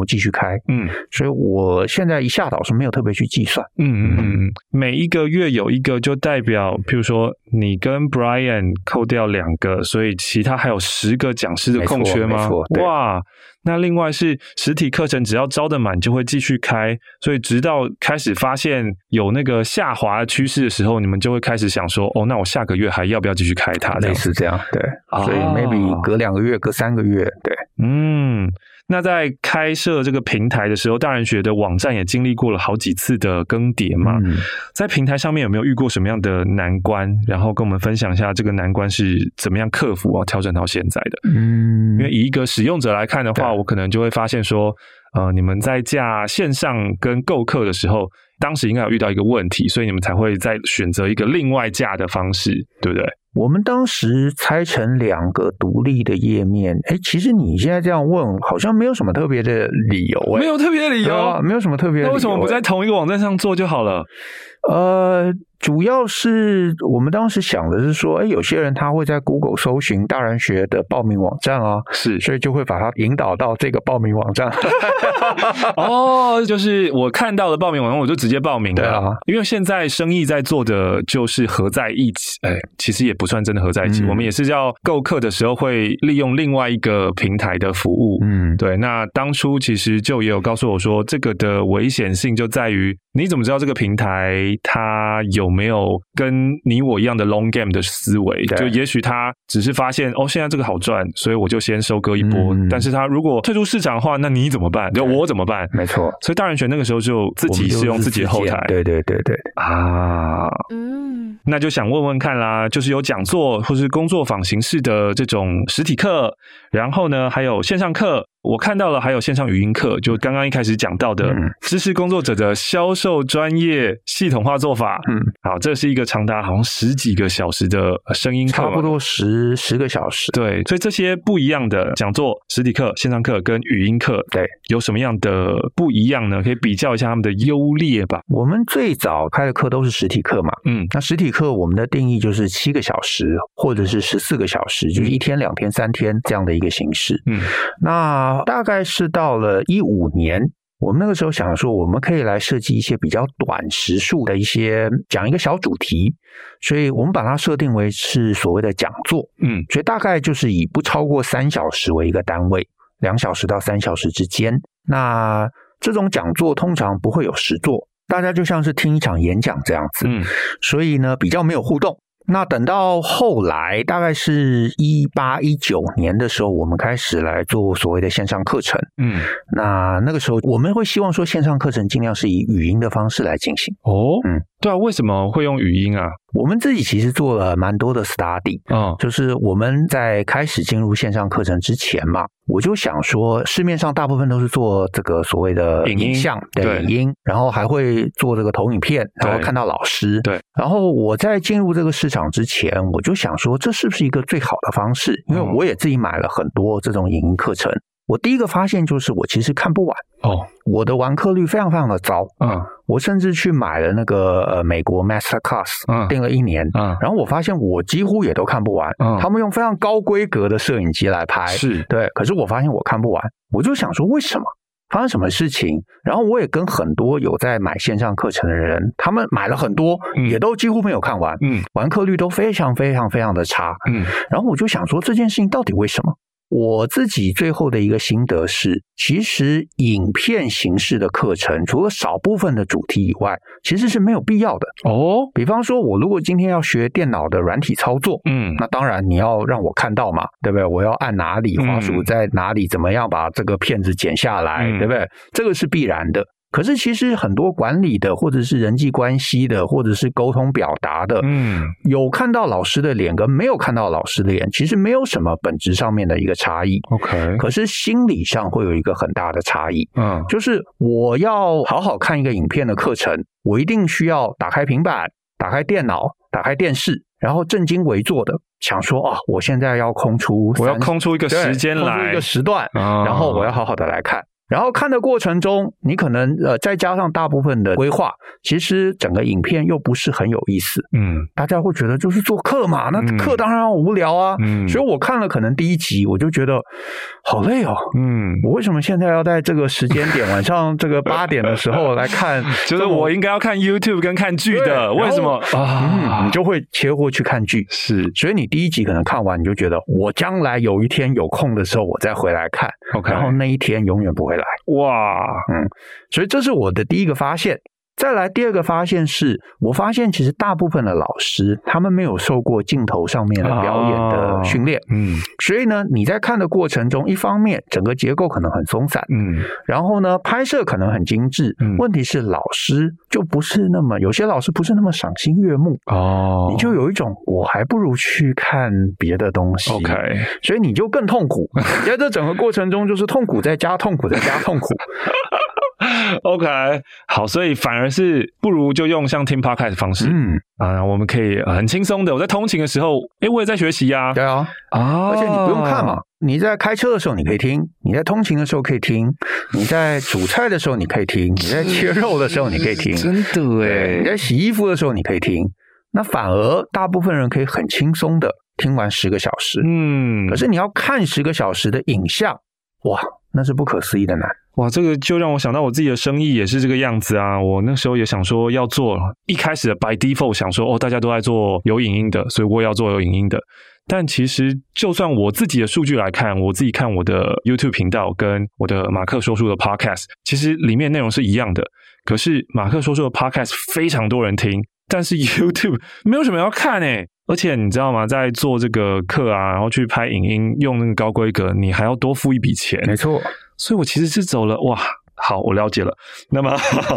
Speaker 2: 继续开。
Speaker 1: 嗯
Speaker 2: 所以我现在一下岛是没有特别去计算。
Speaker 1: 嗯嗯嗯，嗯，每一个月有一个，就代表，譬如说你跟 Brian 扣掉两个，所以其他还有十个讲师的空缺吗
Speaker 2: 没错没错？对
Speaker 1: 哇，那另外是实体课程，只要招得满就会继续开，所以直到开始发现有那个下滑趋势的时候，你们就会开始想说，哦，那我下个月还要不要继续开它？这
Speaker 2: 啊类
Speaker 1: 样
Speaker 2: 似这样，对，
Speaker 1: 哦
Speaker 2: 所以 maybe 隔两个月、隔三个月，对，
Speaker 1: 嗯，那在开设这个平台的时候，大人学的网站也经历过了好几次的更迭嘛。
Speaker 2: 嗯，
Speaker 1: 在平台上面有没有遇过什么样的难关？然后跟我们分享一下这个难关是怎么样克服啊，调整到现在的。
Speaker 2: 嗯
Speaker 1: 因为以一个使用者来看的话，
Speaker 2: 对
Speaker 1: 我可能就会发现说，呃，你们在架线上跟购课的时候，当时应该有遇到一个问题，所以你们才会再选择一个另外架的方式，对不对？
Speaker 2: 我们当时拆成两个独立的页面，哎，其实你现在这样问，好像没有什么特别的理由，哎，
Speaker 1: 没有特别的理
Speaker 2: 对啊
Speaker 1: 由，
Speaker 2: 没有什么特别的理由。
Speaker 1: 那为什么不在
Speaker 2: 哎
Speaker 1: 同一个网站上做就好了？
Speaker 2: 呃，主要是我们当时想的是说，哎，有些人他会在 Google 搜寻大人学的报名网站啊，
Speaker 1: 是
Speaker 2: 所以就会把他引导到这个报名 网站。
Speaker 1: 哦，就是我看到了报名网站，我就直接报名了。
Speaker 2: 对啊
Speaker 1: 因为现在生意在做的就是合在一起，哎，其实也不算真的合在一起，
Speaker 2: 嗯
Speaker 1: 我们也是要购课的时候会利用另外一个平台的服务。
Speaker 2: 嗯，
Speaker 1: 对，那当初其实就也有告诉我说，这个的危险性就在于，你怎么知道这个平台它有没有跟你我一样的 long game 的思维？
Speaker 2: 对
Speaker 1: 就也许它只是发现哦，现在这个好赚，所以我就先收割一波。
Speaker 2: 嗯
Speaker 1: 但是它如果退出市场的话，那你怎么办？就我怎么办？
Speaker 2: 没错，
Speaker 1: 所以大人选那个时候就自己
Speaker 2: 我们就是
Speaker 1: 用自己的后台
Speaker 2: 自己建对对对对，
Speaker 1: 啊，
Speaker 3: 嗯，
Speaker 1: 那就想问问看啦，就是有讲座或是工作坊形式的这种实体课，然后呢还有线上课，我看到了还有线上语音课，就刚刚一开始讲到的
Speaker 2: 嗯
Speaker 1: 知识工作者的销售专业系统化做法。
Speaker 2: 嗯，
Speaker 1: 好，这是一个长达好像十几个小时的呃声音课嘛，
Speaker 2: 差不多十十个小时。
Speaker 1: 对，所以这些不一样的讲座、实体课、线上课跟语音课，
Speaker 2: 对，
Speaker 1: 有什么样的不一样呢？可以比较一下他们的优劣吧。
Speaker 2: 我们最早开的课都是实体课嘛，
Speaker 1: 嗯
Speaker 2: 那实体课我们的定义就是七个小时或者是十四个小时，就是一天、两天、三天这样的一个形式。
Speaker 1: 嗯
Speaker 2: 那大概是到了一五年。我们那个时候想说，我们可以来设计一些比较短时数的一些讲一个小主题，所以我们把它设定为是所谓的讲座，
Speaker 1: 嗯
Speaker 2: 所以大概就是以不超过三小时为一个单位，两小时到三小时之间。那这种讲座通常不会有实座，大家就像是听一场演讲这样子。
Speaker 1: 嗯
Speaker 2: 所以呢比较没有互动。那等到后来，大概是一八一九年的时候，我们开始来做所谓的线上课程。
Speaker 1: 嗯，
Speaker 2: 那那个时候，我们会希望说，线上课程尽量是以语音的方式来进行。
Speaker 1: 哦，
Speaker 2: 嗯
Speaker 1: 对啊，为什么会用语音啊？
Speaker 2: 我们自己其实做了蛮多的 study，
Speaker 1: 嗯
Speaker 2: 就是我们在开始进入线上课程之前嘛，我就想说，市面上大部分都是做这个所谓的
Speaker 1: 影音
Speaker 2: 影像
Speaker 1: 对
Speaker 2: 对影音，然后还会做这个投影片，然后
Speaker 1: 对
Speaker 2: 看到老师。
Speaker 1: 对
Speaker 2: 然后我在进入这个市场之前，我就想说，这是不是一个最好的方式？因为
Speaker 1: 嗯
Speaker 2: 我也自己买了很多这种影音课程。我第一个发现就是我其实看不完，
Speaker 1: 哦，
Speaker 2: 我的完客率非常非常的糟。
Speaker 1: 嗯
Speaker 2: 我甚至去买了那个呃美国 Masterclass，
Speaker 1: 嗯
Speaker 2: 订了一年，
Speaker 1: 嗯，
Speaker 2: 然后我发现我几乎也都看不完。
Speaker 1: 嗯
Speaker 2: 他们用非常高规格的摄影机来拍，
Speaker 1: 是，
Speaker 2: 对，可是我发现我看不完，我就想说为什么发生什么事情？然后我也跟很多有在买线上课程的人，他们买了很多，
Speaker 1: 嗯
Speaker 2: 也都几乎没有看完，
Speaker 1: 嗯
Speaker 2: 完课率都非常非常非常的差。
Speaker 1: 嗯
Speaker 2: 然后我就想说这件事情到底为什么？我自己最后的一个心得是，其实影片形式的课程，除了少部分的主题以外，其实是没有必要的。
Speaker 1: 哦，
Speaker 2: 比方说，我如果今天要学电脑的软体操作，
Speaker 1: 嗯
Speaker 2: 那当然你要让我看到嘛，对不对？我要按哪里，
Speaker 1: 嗯
Speaker 2: 滑鼠在哪里，怎么样把这个片子剪下来，
Speaker 1: 嗯
Speaker 2: 对不对？这个是必然的。可是其实很多管理的，或者是人际关系的，或者是沟通表达的，
Speaker 1: 嗯
Speaker 2: 有看到老师的脸跟没有看到老师的脸，其实没有什么本质上面的一个差异。
Speaker 1: ，OK，
Speaker 2: 可是心理上会有一个很大的差异，
Speaker 1: 嗯
Speaker 2: 就是我要好好看一个影片的课程，我一定需要打开平板、打开电脑、打开电视，然后正襟危坐的想说啊，我现在要空出30，
Speaker 1: 我要空出一个
Speaker 2: 对
Speaker 1: 时间
Speaker 2: 空出
Speaker 1: 来
Speaker 2: 一个时段，
Speaker 1: 啊
Speaker 2: 然后我要好好的来看。然后看的过程中，你可能呃再加上大部分的规划，其实整个影片又不是很有意思。
Speaker 1: 嗯
Speaker 2: 大家会觉得就是做课嘛，那
Speaker 1: 嗯
Speaker 2: 课当然要无聊啊。
Speaker 1: 嗯，
Speaker 2: 所以我看了可能第一集，我就觉得好累哦。
Speaker 1: 嗯，？
Speaker 2: 我为什么现在要在这个时间点，晚上这个八点的时候来看
Speaker 1: 就是我应该要看 YouTube 跟看剧
Speaker 2: 对
Speaker 1: 的，
Speaker 2: 然
Speaker 1: 为什么
Speaker 2: 后
Speaker 1: 啊？
Speaker 2: 嗯，你就会切过去看剧。
Speaker 1: 是
Speaker 2: 所以你第一集可能看完，你就觉得我将来有一天有空的时候，我再回来看，
Speaker 1: OK，
Speaker 2: 然后那一天永远不会来。
Speaker 1: 哇，
Speaker 2: 所以这是我的第一个发现。再来第二个发现是，我发现其实大部分的老师他们没有受过镜头上面的表演
Speaker 1: 哦
Speaker 2: 的训练，
Speaker 1: 嗯
Speaker 2: 所以呢，你在看的过程中，一方面整个结构可能很松散，
Speaker 1: 嗯
Speaker 2: 然后呢，拍摄可能很精致。
Speaker 1: 嗯
Speaker 2: 问题是老师就不是那么，有些老师不是那么赏心悦目，
Speaker 1: 哦，
Speaker 2: 你就有一种我还不如去看别的东西。
Speaker 1: OK，
Speaker 2: 所以你就更 痛苦。在这整个过程中，就是痛苦再加痛苦再加 痛苦。
Speaker 1: OK，好，所以反而是不如就用像听 Podcast 的方式、
Speaker 2: 嗯，
Speaker 1: 啊，我们可以呃很轻松的。我在通勤的时候，诶，我也在学习呀、
Speaker 2: 对啊，
Speaker 1: 啊，
Speaker 2: 而且你不用看嘛。，你在开车的时候你可以听，你在通勤的时候可以听，你在煮菜的时候你可以听，你在切肉的时候你可以 听，
Speaker 1: 真的
Speaker 2: 对，你
Speaker 1: 诶，
Speaker 2: 在洗衣服的时候你可以听，那反而大部分人可以很轻松的听完十个小时。
Speaker 1: 嗯，
Speaker 2: 可是你要看十个小时的影像，哇，那是不可思议的难。
Speaker 1: 哇，这个就让我想到我自己的生意也是这个样子啊。我那时候也想说要做，一开始的 by default 想说哦，大家都在做有影音的，所以我也要做有影音的。但其实，就算我自己的数据来看，我自己看我的 YouTube 频道跟我的马克说书的 Podcast，其实里面内容是一样的。可是马克说书的 Podcast 非常多人听，但是 YouTube 没有什么人要看诶、而且你知道吗，在做这个课啊，然后去拍影音，用那个高规格，你还要多付一笔钱。
Speaker 2: 错，
Speaker 1: 所以我其实是走了哇。好，我了解了。那么，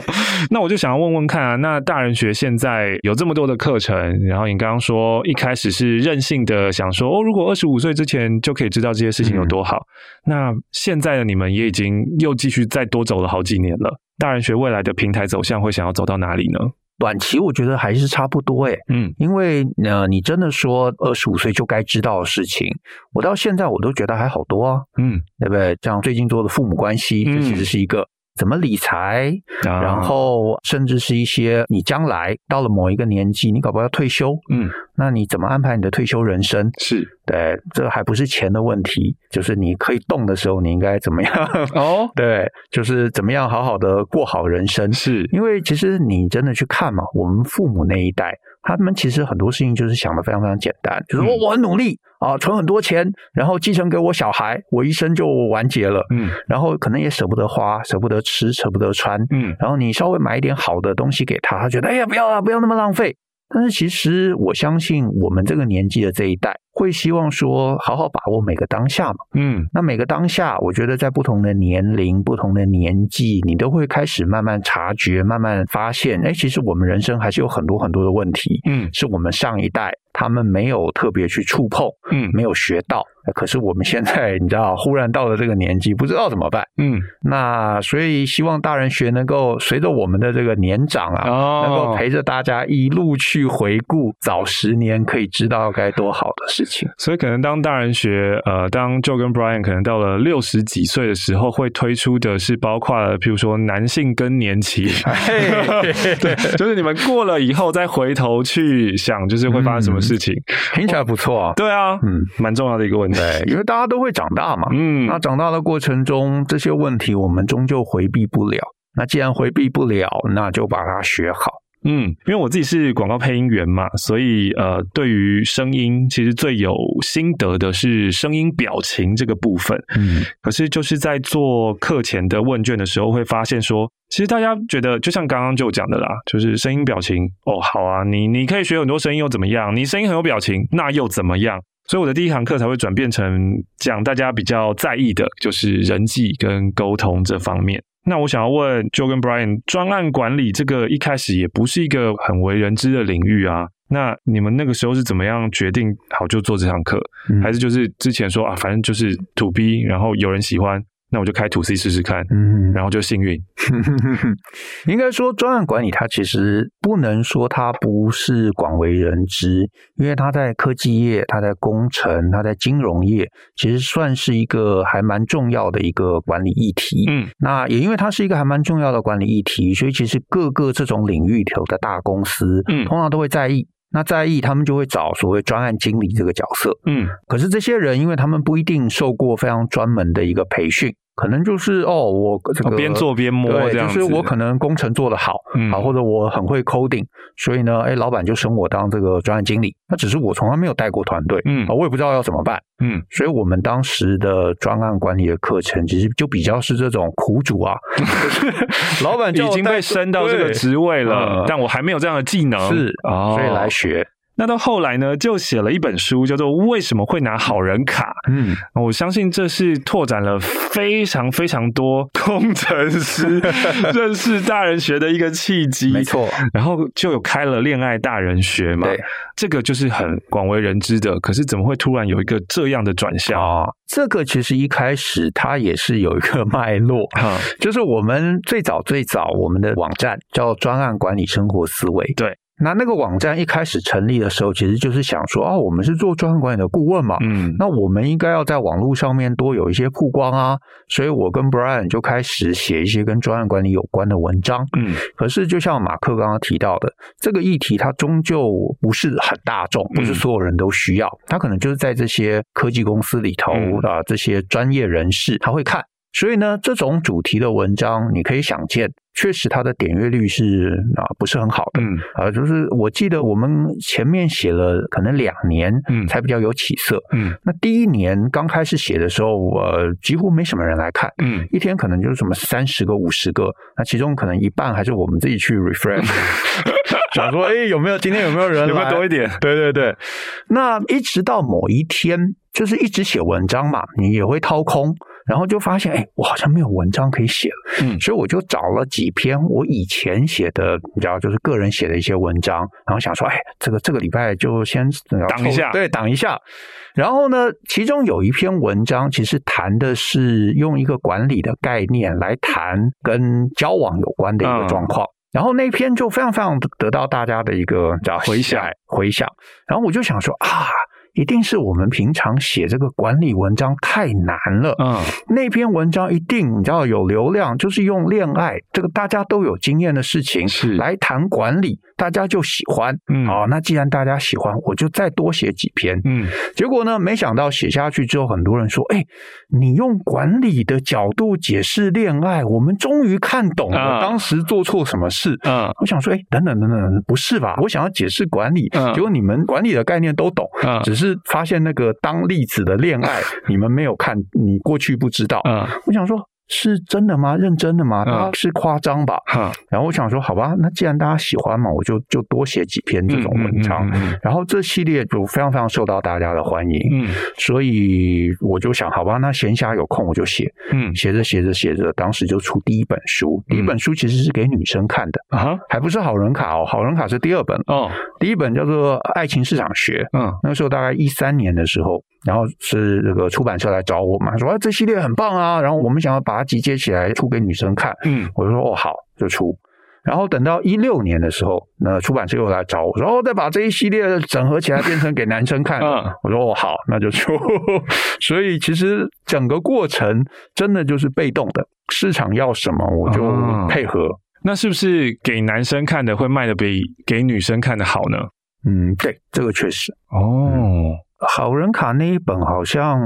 Speaker 1: 那我就想要问问看啊，那大人学现在有这么多的课程，然后你刚刚说一开始是任性的想说哦，如果二十五岁之前就可以知道这些事情有多好，那现在的你们也已经又继续再多走了好几年了。大人学未来的平台走向会想要走到哪里呢？
Speaker 2: 短期我觉得还是差不多诶，
Speaker 1: 嗯
Speaker 2: 因为呃，你真的说二十五岁就该知道的事情，我到现在我都觉得还好多啊，
Speaker 1: 嗯，
Speaker 2: 对不对？像最近做的父母关系，这
Speaker 1: 嗯
Speaker 2: 其实是一个。怎么理财？
Speaker 1: 啊
Speaker 2: 然后甚至是一些你将来到了某一个年纪，你搞不好要退休，
Speaker 1: 嗯
Speaker 2: 那你怎么安排你的退休人生？
Speaker 1: 是
Speaker 2: 对，这还不是钱的问题，就是你可以动的时候，你应该怎么样？
Speaker 1: 哦
Speaker 2: 对，就是怎么样好好的过好人生。
Speaker 1: 是
Speaker 2: 因为其实你真的去看嘛，我们父母那一代，他们其实很多事情就是想的非常非常简单，就是说
Speaker 1: 嗯
Speaker 2: 我很努力啊，存很多钱，然后继承给我小孩，我一生就完结了。
Speaker 1: 嗯
Speaker 2: 然后可能也舍不得花，舍不得吃，舍不得穿，
Speaker 1: 嗯
Speaker 2: 然后你稍微买一点好的东西给他，他觉得哎呀不要啊，不要那么浪费。但是其实我相信我们这个年纪的这一代会希望说好好把握每个当下嘛。
Speaker 1: 嗯
Speaker 2: 那每个当下，我觉得在不同的年龄、不同的年纪，你都会开始慢慢察觉、慢慢发现，哎，其实我们人生还是有很多很多的问题，
Speaker 1: 嗯
Speaker 2: 是我们上一代他们没有特别去触碰，
Speaker 1: 嗯
Speaker 2: 没有学到。可是我们现在你知道，忽然到了这个年纪，不知道怎么办。
Speaker 1: 嗯，
Speaker 2: 那所以希望大人学能够随着我们的这个年长啊，能够
Speaker 1: 哦，
Speaker 2: 陪着大家一路去回顾早十年，可以知道该多好的事情。
Speaker 1: 所以可能当大人学，呃，当 Joe 跟 Brian 可能到了六十几岁的时候，会推出的是包括了，譬如说男性更年期， 对，就是你们过了以后再回头去想，就是会发生什么事情。
Speaker 2: 听起来不错啊。
Speaker 1: 嗯对啊，
Speaker 2: 嗯，
Speaker 1: 蛮重要的一个问题。
Speaker 2: 对，因为大家都会长大嘛。
Speaker 1: 嗯
Speaker 2: 那长大的过程中，这些问题我们终究回避不了。那既然回避不了，那就把它学好。
Speaker 1: 嗯，因为我自己是广告配音员嘛，所以呃，对于声音其实最有心得的是声音表情这个部分。
Speaker 2: 嗯，
Speaker 1: 可是就是在做课前的问卷的时候，会发现说，其实大家觉得就像刚刚就讲的啦，就是声音表情哦，好啊，你你可以学很多声音又怎么样？你声音很有表情，那又怎么样？所以我的第一堂课才会转变成讲大家比较在意的，就是人际跟沟通这方面。那我想要问 Joe 跟 Brian，专案管理这个一开始也不是一个很为人知的领域啊。那你们那个时候是怎么样决定好就做这堂课？
Speaker 2: 嗯
Speaker 1: 还是就是之前说啊，反正就是土 B，然后有人喜欢，那我就开土 C 试试看，
Speaker 2: 嗯，
Speaker 1: 然后就幸运。
Speaker 2: 应该说，专案管理它其实不能说它不是广为人知，因为它在科技业、它在工程、它在金融业，其实算是一个还蛮重要的一个管理议题。
Speaker 1: 嗯
Speaker 2: 那也因为它是一个还蛮重要的管理议题，所以其实各个这种领域里头的大公司，
Speaker 1: 嗯
Speaker 2: 通常都会在意。那在意，他们就会找所谓专案经理这个角色。
Speaker 1: 嗯
Speaker 2: 可是这些人，因为他们不一定受过非常专门的一个培训，可能就是哦，我这个
Speaker 1: 哦边做边摸
Speaker 2: 对，
Speaker 1: 这样
Speaker 2: 就
Speaker 1: 子
Speaker 2: 是我可能工程做得好，
Speaker 1: 嗯
Speaker 2: 啊，或者我很会 coding，所以呢，哎，老板就升我当这个专案经理。那只是我从来没有带过团队，
Speaker 1: 嗯
Speaker 2: 啊，我也不知道要怎么办。
Speaker 1: 嗯
Speaker 2: 所以我们当时的专案管理的课程，其实就比较是这种苦主啊， 老板叫
Speaker 1: 已
Speaker 2: 我
Speaker 1: 经
Speaker 2: 带
Speaker 1: 被升到这个
Speaker 2: 对
Speaker 1: 职位了，
Speaker 2: 嗯
Speaker 1: 但我还没有这样的技能，
Speaker 2: 是，
Speaker 1: 哦，
Speaker 2: 所以来学，
Speaker 1: 那到后来呢，就写了一本书，叫做《为什么会拿好人卡》。
Speaker 2: 嗯，
Speaker 1: 我相信这是拓展了非常非常多工程 师认识大人学的一个契机。
Speaker 2: 没错，
Speaker 1: 然后就有开了恋爱大人学嘛，
Speaker 2: 对，
Speaker 1: 这个就是很广为人知的。可是怎么会突然有一个这样的转向？
Speaker 2: 啊，这个其实一开始它也是有一个 脉络，
Speaker 1: 哈，
Speaker 2: 就是我们最早最早，我们的网站叫专案管理生活思维。
Speaker 1: 对，
Speaker 2: 那那个网站一开始成立的时候，其实就是想说，哦，我们是做专案管理的顾问嘛，
Speaker 1: 嗯
Speaker 2: 那我们应该要在网络上面多有一些曝光啊。所以我跟 Brian 就开始写一些跟专案管理有关的文章。
Speaker 1: 嗯
Speaker 2: 可是，就像马克刚刚提到的，这个议题它终究不是很大众，
Speaker 1: 嗯
Speaker 2: 不是所有人都需要。它可能就是在这些科技公司里头
Speaker 1: 嗯
Speaker 2: 啊，这些专业人士他会看。所以呢，这种主题的文章，你可以想见，确实它的点阅率是啊不是很好的。
Speaker 1: 嗯
Speaker 2: 啊，就是我记得我们前面写了可能两年，
Speaker 1: 嗯
Speaker 2: 才比较有起色。
Speaker 1: 嗯
Speaker 2: 那第一年刚开始写的时候，呃，几乎没什么人来看，
Speaker 1: 嗯，
Speaker 2: 一天可能就是什么三十个、五十个，那其中可能一半还是我们自己去 refresh，想说，哎、有没有今天有没有人
Speaker 1: 有没有
Speaker 2: 来
Speaker 1: 多一点？
Speaker 2: 对对对，那一直到某一天，就是一直写文章嘛，你也会掏空，然后就发现，哎，我好像没有文章可以写了，
Speaker 1: 嗯
Speaker 2: 所以我就找了几篇我以前写的，你知道，就是个人写的一些文章，然后想说，哎，这个这个礼拜就先你知道
Speaker 1: 挡
Speaker 2: 凑
Speaker 1: 一下
Speaker 2: 对，挡一下。然后呢，其中有一篇文章其实谈的是用一个管理的概念来谈跟交往有关的一个
Speaker 1: 嗯
Speaker 2: 状况。然后那篇就非常非常得到大家的一个你知道
Speaker 1: 回响
Speaker 2: 喜爱回响，然后我就想说啊，一定是我们平常写这个管理文章太难了。
Speaker 1: 嗯
Speaker 2: 那篇文章一定你知道有流量，就是用恋爱这个大家都有经验的事情
Speaker 1: 是
Speaker 2: 来谈管理，大家就喜欢。
Speaker 1: 嗯
Speaker 2: 好、那既然大家喜欢，我就再多写几篇。
Speaker 1: 嗯
Speaker 2: 结果呢，没想到写下去之后，很多人说：“哎，你用管理的角度解释恋爱，我们终于看懂
Speaker 1: 啊
Speaker 2: 了当时做错什么事。
Speaker 1: 嗯
Speaker 2: 我想说，哎，等等等等，不是吧？我想要解释管理，
Speaker 1: 嗯
Speaker 2: 结果你们管理的概念都懂，
Speaker 1: 嗯
Speaker 2: 只是 发现那个当例子的恋爱，你们没有看，你过去不知道。
Speaker 1: 嗯
Speaker 2: 我想说，是真的吗？认真的吗？
Speaker 1: 嗯
Speaker 2: 大家是夸张吧？
Speaker 1: 哈，
Speaker 2: 然后我想说，好吧，那既然大家喜欢嘛，我就就多写几篇这种文章。
Speaker 1: 嗯嗯
Speaker 2: 然后这系列就非常非常受到大家的欢迎，
Speaker 1: 嗯
Speaker 2: 所以我就想，好吧，那闲暇有空我就写，
Speaker 1: 嗯嗯
Speaker 2: 写着写着写着，当时就出第一本书。第一
Speaker 1: 嗯
Speaker 2: 本书其实是给女生看的，
Speaker 1: 啊哈
Speaker 2: 还不是好人卡哦，好人卡是第二本，
Speaker 1: 哦
Speaker 2: 第一本叫做《爱情市场学》。
Speaker 1: 嗯
Speaker 2: 那个时候大概一三年的时候，然后是这个出版社来找我嘛，说、啊、这系列很棒啊，然后我们想要把它集结起来出给女生看，
Speaker 1: 嗯
Speaker 2: 我就说哦好就出。然后等到一六年的时候，那出版社又来找我说哦，再把这一系列整合起来变成给男生看。
Speaker 1: 嗯
Speaker 2: 我说哦好，那就出。 所以其实整个过程真的就是被动的，市场要什么我就
Speaker 1: 哦
Speaker 2: 配合。
Speaker 1: 那是不是给男生看的会卖的比给女生看的好呢？
Speaker 2: 嗯，对，这个确实。
Speaker 1: 哦，
Speaker 2: 好人卡那一本好像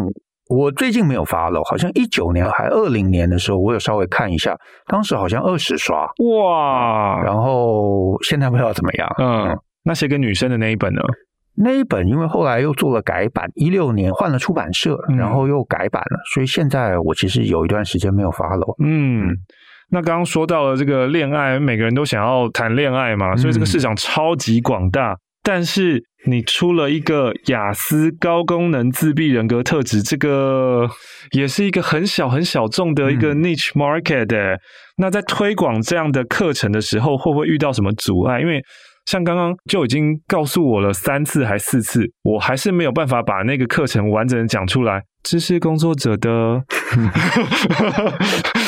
Speaker 2: 我最近没有发了，好像一九年还二零年的时候，我有稍微看一下，当时好像二十刷，
Speaker 1: 哇，
Speaker 2: 然后现在不知道怎么样。
Speaker 1: 嗯，那写给女生的那一本呢？
Speaker 2: 那一本因为后来又做了改版，一六年换了出版社，
Speaker 1: 嗯
Speaker 2: 然后又改版了，所以现在我其实有一段时间没有发了。
Speaker 1: 嗯，那刚刚说到了这个恋爱，每个人都想要谈恋爱嘛，
Speaker 2: 嗯
Speaker 1: 所以这个市场超级广大。但是你出了一个雅思高功能自闭人格特质，这个也是一个很小很小众的一个
Speaker 2: 嗯
Speaker 1: niche market、欸。那在推广这样的课程的时候，会不会遇到什么阻碍？因为像刚刚就已经告诉我了三次还四次，我还是没有办法把那个课程完整的讲出来。知识工作者 的，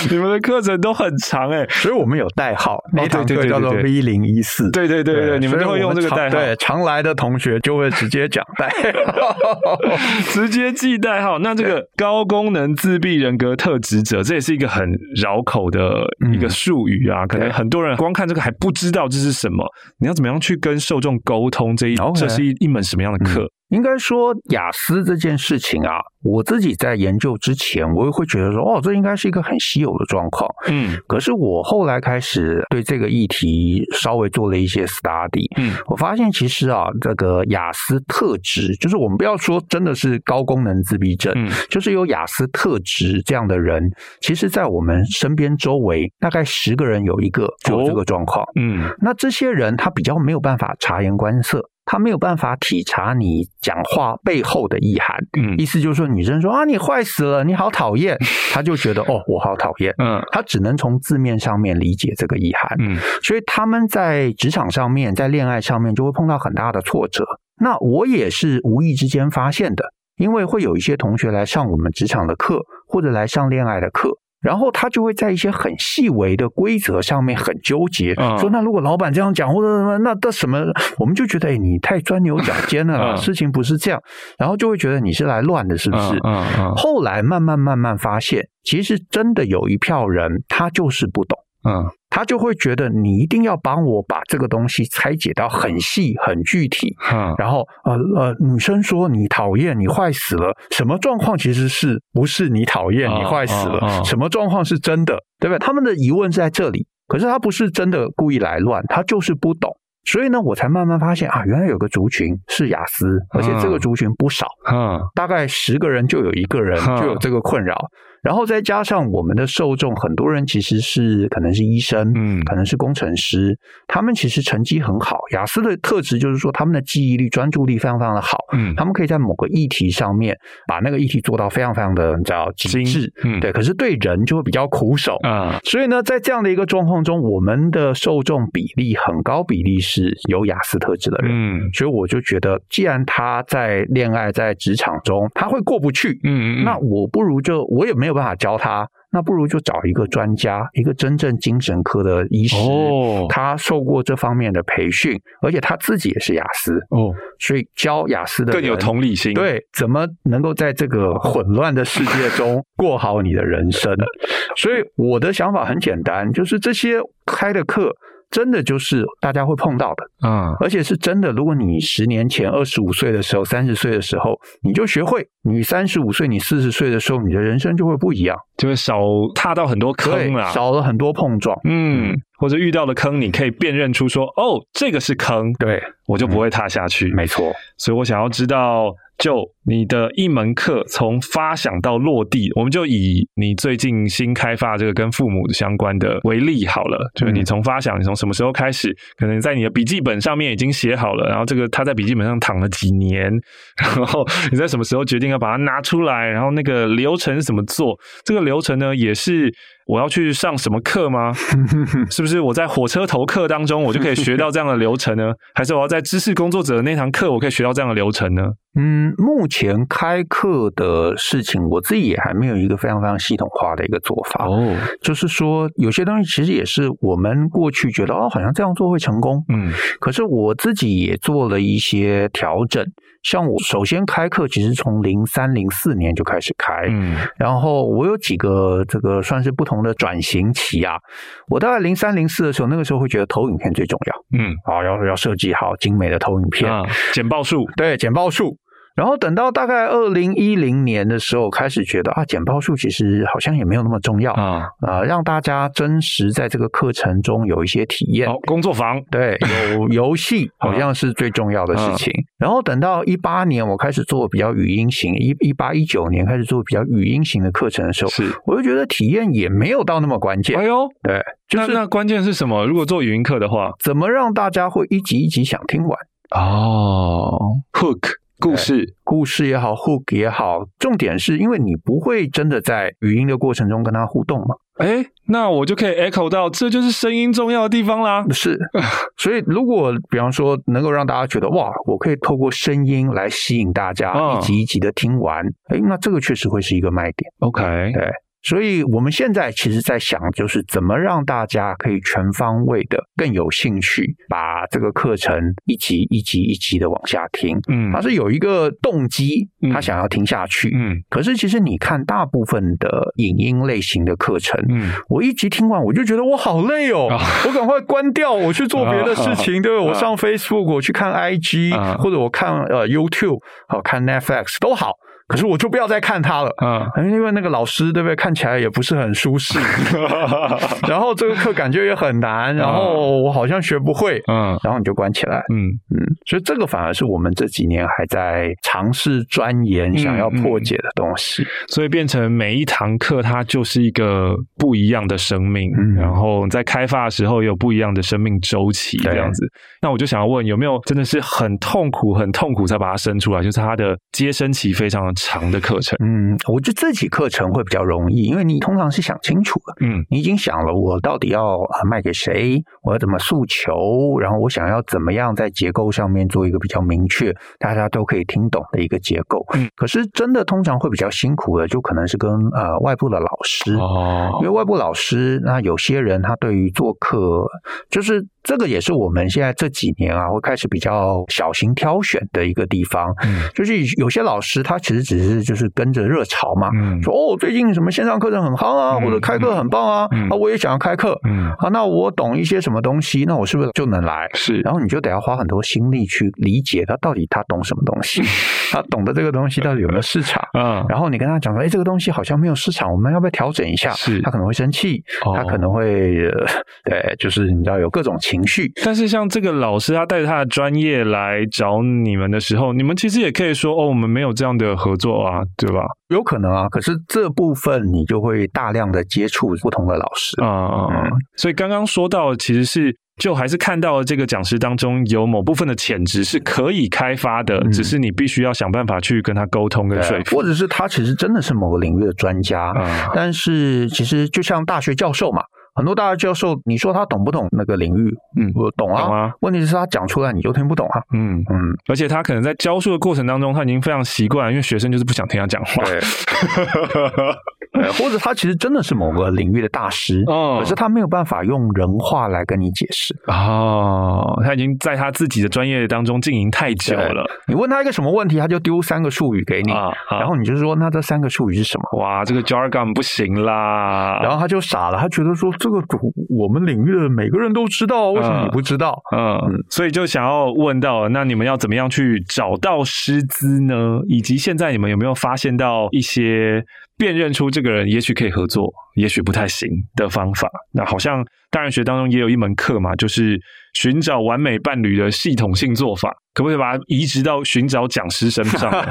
Speaker 1: 你们的课程都很长哎、
Speaker 2: 所以我们有代号，那堂
Speaker 1: 对对
Speaker 2: 课
Speaker 1: 对
Speaker 2: 叫做
Speaker 1: 对
Speaker 2: V 零一四。
Speaker 1: 对对对对，你们
Speaker 2: 所以
Speaker 1: 都会
Speaker 2: 我
Speaker 1: 用这个
Speaker 2: 常
Speaker 1: 代号，
Speaker 2: 对，常来的同学就会直接讲代 号。
Speaker 1: 直接记代号。那这个高功能自闭人格特质者，这也是一个很绕口的一个
Speaker 2: 嗯
Speaker 1: 术语啊，可能
Speaker 2: 对
Speaker 1: 很多人光看这个还不知道这是什么。你要怎么样去跟受众沟通这一，
Speaker 2: OK
Speaker 1: 这是一一门什么样的课？
Speaker 2: 应该说雅思这件事情啊，我自己在研究之前，我也会觉得说，哦，这应该是一个很稀有的状况。
Speaker 1: 嗯
Speaker 2: 可是我后来开始对这个议题稍微做了一些 study，
Speaker 1: 嗯
Speaker 2: 我发现其实啊，这个雅思特质，就是我们不要说真的是高功能自闭症，
Speaker 1: 嗯
Speaker 2: 就是有雅思特质这样的人，其实在我们身边周围大概十个人有一个就有这个状况。
Speaker 1: 嗯
Speaker 2: 那这些人他比较没有办法察言观色，他没有办法体察你讲话背后的意涵。
Speaker 1: 嗯
Speaker 2: 意思就是说，女生说啊你坏死了，你好讨厌，他就觉得哦我好讨厌，
Speaker 1: 嗯
Speaker 2: 他只能从字面上面理解这个意涵。
Speaker 1: 嗯
Speaker 2: 所以他们在职场上面、在恋爱上面就会碰到很大的挫折。那我也是无意之间发现的，因为会有一些同学来上我们职场的课，或者来上恋爱的课。然后他就会在一些很细微的规则上面很纠结，
Speaker 1: 嗯
Speaker 2: 说那如果老板这样讲或者什么，那这什么，我们就觉得哎，你太钻牛角尖了啦，
Speaker 1: 嗯
Speaker 2: 事情不是这样，然后就会觉得你是来乱的，是不是？
Speaker 1: 嗯嗯
Speaker 2: 后来慢慢慢慢发现，其实真的有一票人他就是不懂。
Speaker 1: 嗯
Speaker 2: 他就会觉得你一定要帮我把这个东西拆解到很细、很具体。
Speaker 1: 嗯
Speaker 2: 然后，呃呃，女生说你讨厌，你坏死了，什么状况其实是不是你讨厌，
Speaker 1: 哦
Speaker 2: 你坏死
Speaker 1: 哦哦
Speaker 2: 了？什么状况是真的，对不对？他们的疑问是在这里，可是他不是真的故意来乱，他就是不懂。所以呢，我才慢慢发现啊，原来有个族群是雅思，而且这个族群不少。
Speaker 1: 嗯
Speaker 2: 大概十个人就有一个人
Speaker 1: 哈
Speaker 2: 就有这个困扰，然后再加上我们的受众，很多人其实是可能是医生，
Speaker 1: 嗯
Speaker 2: 可能是工程师，他们其实成绩很好。雅思的特质就是说，他们的记忆力、专注力非常非常的好，
Speaker 1: 嗯
Speaker 2: 他们可以在某个议题上面把那个议题做到非常非常的你知道极致，
Speaker 1: 嗯
Speaker 2: 对。可是对人就会比较苦手，
Speaker 1: 啊
Speaker 2: 所以呢，在这样的一个状况中，我们的受众比例很高比例是有雅思特质的人。
Speaker 1: 嗯
Speaker 2: 所以我就觉得，既然他在恋爱、在职场中他会过不去，
Speaker 1: 嗯嗯
Speaker 2: 那我不如就我也没有办法教他，那不如就找一个专家，一个真正精神科的医师，
Speaker 1: 哦
Speaker 2: 他受过这方面的培训，而且他自己也是雅思，
Speaker 1: 哦
Speaker 2: 所以教雅思的
Speaker 1: 更有
Speaker 2: 人
Speaker 1: 同理心
Speaker 2: 对，怎么能够在这个混乱的世界 中过好你的人生？所以我的想法很简单，就是这些开的课。真的就是大家会碰到的，
Speaker 1: 啊
Speaker 2: 而且是真的。如果你十年前二十五岁的时候、三十岁的时候，你就学会，你三十五岁、你四十岁的时候，你的人生就会不一样，
Speaker 1: 就会少踏到很多
Speaker 2: 对
Speaker 1: 坑，啊啦。
Speaker 2: 少了很多碰撞。
Speaker 1: 嗯，或者遇到的坑，你可以辨认出说，哦，这个是坑，
Speaker 2: 对，
Speaker 1: 我就不会踏下去。
Speaker 2: 嗯没错。
Speaker 1: 所以我想要知道就你的一门课从发想到落地，我们就以你最近新开发这个跟父母相关的为例好了。就是你从发想，你从什么时候开始？可能在你的笔记本上面已经写好了，然后这个他在笔记本上躺了几年， 然后你在什么时候决定要把它拿出来？然后那个流程是怎么做？这个流程呢，也是我要去上什么课吗？是不是我在火车头课当中，我就可以学到这样的流程呢？还是我要在知识工作者的那堂课，我可以学到这样的流程呢？
Speaker 2: 嗯，目前开课的事情，我自己也还没有一个非常非常系统化的一个做法。
Speaker 1: 哦，
Speaker 2: 就是说，有些东西其实也是我们过去觉得哦，好像这样做会成功，
Speaker 1: 嗯，
Speaker 2: 可是我自己也做了一些调整。像我首先开课，其实从零三零四年就开始开，
Speaker 1: 嗯，
Speaker 2: 然后我有几个这个算是不同的转型期啊。我大概零三零四的时候，那个时候会觉得投影片最重要
Speaker 1: 嗯，
Speaker 2: 啊，要要设计好精美的投影片，
Speaker 1: 啊，简报数，
Speaker 2: 对简报数。然后等到大概二零一零年的时候，开始觉得啊，简报数其实好像也没有那么重要啊、
Speaker 1: 啊，
Speaker 2: 让大家真实在这个课程中有一些体验。
Speaker 1: 好，工作坊，
Speaker 2: 对，有游戏好像是最重要的事情。然后等到一八年，我开始做比较语音型，一一八一九年开始做比较语音型的课程的时候，
Speaker 1: 是，
Speaker 2: 我就觉得体验也没有到那么关键
Speaker 1: 哎。呦，
Speaker 2: 对，就
Speaker 1: 那
Speaker 2: 是
Speaker 1: 那关键是什么？如果做语音课的话，
Speaker 2: 怎么让大家会一集一集想听完
Speaker 1: 哦，hook 故事，
Speaker 2: 故事也好，hook 也好，重点是因为你不会真的在语音的过程中跟他互动嘛。
Speaker 1: 哎，那我就可以 echo 到，这就是声音重要的地方啦。
Speaker 2: 是， 所以如果比方说能够让大家觉得哇，我可以透过声音来吸引大家
Speaker 1: 嗯
Speaker 2: 一集一集的听完，哎、那这个确实会是一个卖点。
Speaker 1: OK，
Speaker 2: 所以我们现在其实在想，就是怎么让大家可以全方位的更有兴趣，把这个课程一集一集一集的往下听。
Speaker 1: 嗯
Speaker 2: 他是有一个动机
Speaker 1: 嗯，
Speaker 2: 他想要听下去。
Speaker 1: 嗯
Speaker 2: 可是其实你看，大部分的影音类型的课程，
Speaker 1: 嗯，
Speaker 2: 我一集听完，我就觉得我好累哦，
Speaker 1: 啊
Speaker 2: 我赶快关掉，我去做别的事情，对不对？
Speaker 1: 啊
Speaker 2: 我上 Facebook，我去看 IG，、
Speaker 1: 啊
Speaker 2: 或者我看呃 YouTube，好、看 Netflix 都好，可是我就不要再看它了。 哎
Speaker 1: 啊，
Speaker 2: 因为那个老师对不对，看起来也不是很舒 适，然后这个课感觉也很难，然
Speaker 1: 啊
Speaker 2: 后我好像学不会，
Speaker 1: 嗯
Speaker 2: 然后你就关起来，
Speaker 1: 嗯，
Speaker 2: 嗯，所以这个反而是我们这几年还在尝试钻研、想要破解的东西。
Speaker 1: 所以变成每一堂课它就是一个不一样的生命，
Speaker 2: 嗯
Speaker 1: 然后在开发的时候有不一样的生命周期
Speaker 2: 对
Speaker 1: 这样子。那我就想要问，有没有真的是很痛苦、很痛苦才把它生出来，就是它的接生期非常长的课程？
Speaker 2: 嗯，我觉得自己课程会比较容易，因为你通常是想清楚了，
Speaker 1: 嗯
Speaker 2: 你已经想了我到底要呃卖给谁，我要怎么诉求，然后我想要怎么样在结构上面做一个比较明确，大家都可以听懂的一个结构。
Speaker 1: 嗯，
Speaker 2: 可是真的通常会比较辛苦的，就可能是跟呃外部的老师。因
Speaker 1: 哦
Speaker 2: 为外部老师，那有些人他对于做课，就是这个也是我们现在这几年啊，会开始比较小心挑选的一个地方。
Speaker 1: 嗯
Speaker 2: 就是有些老师他其实只是就是跟着热潮嘛，
Speaker 1: 嗯
Speaker 2: 说哦，最近什么线上课程很夯啊，
Speaker 1: 嗯
Speaker 2: 或者开课很棒啊，
Speaker 1: 嗯
Speaker 2: 啊，我也想要开课
Speaker 1: 嗯
Speaker 2: 啊，那我懂一些什么东西，那我是不是就能来？
Speaker 1: 是
Speaker 2: 然后你就得要花很多心力去理解他到底他懂什么东 西，他懂得这个东西到底有没有市场。
Speaker 1: 嗯
Speaker 2: 然后你跟他讲说，哎，这个东西好像没有市场，我们要不要调整一下？
Speaker 1: 是
Speaker 2: 他可能会生气，
Speaker 1: 哦
Speaker 2: 他可能会、呃对，就是你知道有各种情绪，
Speaker 1: 但是像这个老师，他带着他的专业来找你们的时候，你们其实也可以说哦，我们没有这样的合作啊，对吧？
Speaker 2: 有可能啊。可是这部分你就会大量的接触不同的老师，
Speaker 1: 啊啊、啊
Speaker 2: 嗯
Speaker 1: 所以刚刚说到的其实是。就还是看到了这个讲师当中有某部分的潜质是可以开发的，
Speaker 2: 嗯
Speaker 1: 只是你必须要想办法去跟他沟通跟
Speaker 2: 对
Speaker 1: 说服。
Speaker 2: 或者是他其实真的是某个领域的专家，
Speaker 1: 啊，
Speaker 2: 但是其实就像大学教授嘛，很多大学教授，你说他懂不懂那个领域？
Speaker 1: 嗯
Speaker 2: 我懂啊。
Speaker 1: 懂啊，
Speaker 2: 问题是他讲出来你就听不懂啊。
Speaker 1: 嗯，
Speaker 2: 嗯，
Speaker 1: 而且他可能在教书的过程当中，他已经非常习惯了，因为学生就是不想听他讲话。
Speaker 2: 对，对呃或者他其实真的是某个领域的大师，
Speaker 1: 哦
Speaker 2: 可是他没有办法用人话来跟你解释。
Speaker 1: 哦，他已经在他自己的专业当中经营太久了
Speaker 2: 你问他一个什么问题，他就丢三个术语给你，
Speaker 1: 啊啊！
Speaker 2: 然后你就说那这三个术语是什么？
Speaker 1: 哇，这个 jargon 不行啦。
Speaker 2: 然后他就傻了，他觉得说这个我们领域的每个人都知道，为什么你不知道？
Speaker 1: 嗯，所以就想要问到，那你们要怎么样去找到师资呢？以及现在你们有没有发现到一些辨认出这个人也许可以合作，也许不太行的方法。那好像大人学当中也有一门课嘛，就是寻找完美伴侣的系统性做法，可不可以把它移植到寻找讲师身上呢？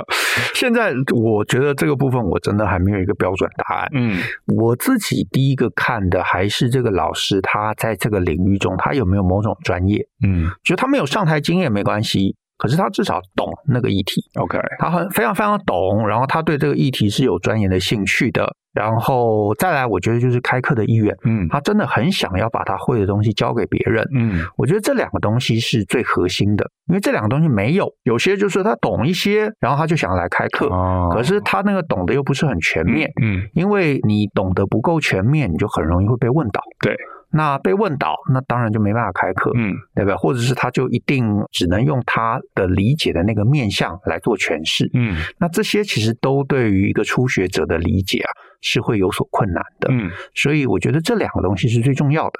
Speaker 2: 现在我觉得这个部分我真的还没有一个标准答案。
Speaker 1: 嗯
Speaker 2: 我自己第一个看的还是这个老师他在这个领域中他有没有某种专业，
Speaker 1: 嗯
Speaker 2: 就他没有上台经验没关系，可是他至少懂那个议题，
Speaker 1: ，OK，
Speaker 2: 他很非常非常懂，然后他对这个议题是有钻研的兴趣的。然后再来，我觉得就是开课的意愿，
Speaker 1: 嗯
Speaker 2: 他真的很想要把他会的东西教给别人。
Speaker 1: 嗯
Speaker 2: 我觉得这两个东西是最核心的，因为这两个东西没有，有些就是他懂一些，然后他就想要来开课，
Speaker 1: 哦
Speaker 2: 可是他那个懂的又不是很全面，
Speaker 1: 嗯
Speaker 2: 因为你懂得不够全面，你就很容易会被问倒。
Speaker 1: 对，
Speaker 2: 那被问倒，那当然就没办法开课，
Speaker 1: 嗯
Speaker 2: 对吧？或者是他就一定只能用他的理解的那个面向来做诠释。
Speaker 1: 嗯
Speaker 2: 那这些其实都对于一个初学者的理解啊，是会有所困难的。
Speaker 1: 嗯
Speaker 2: 所以我觉得这两个东西是最重要的。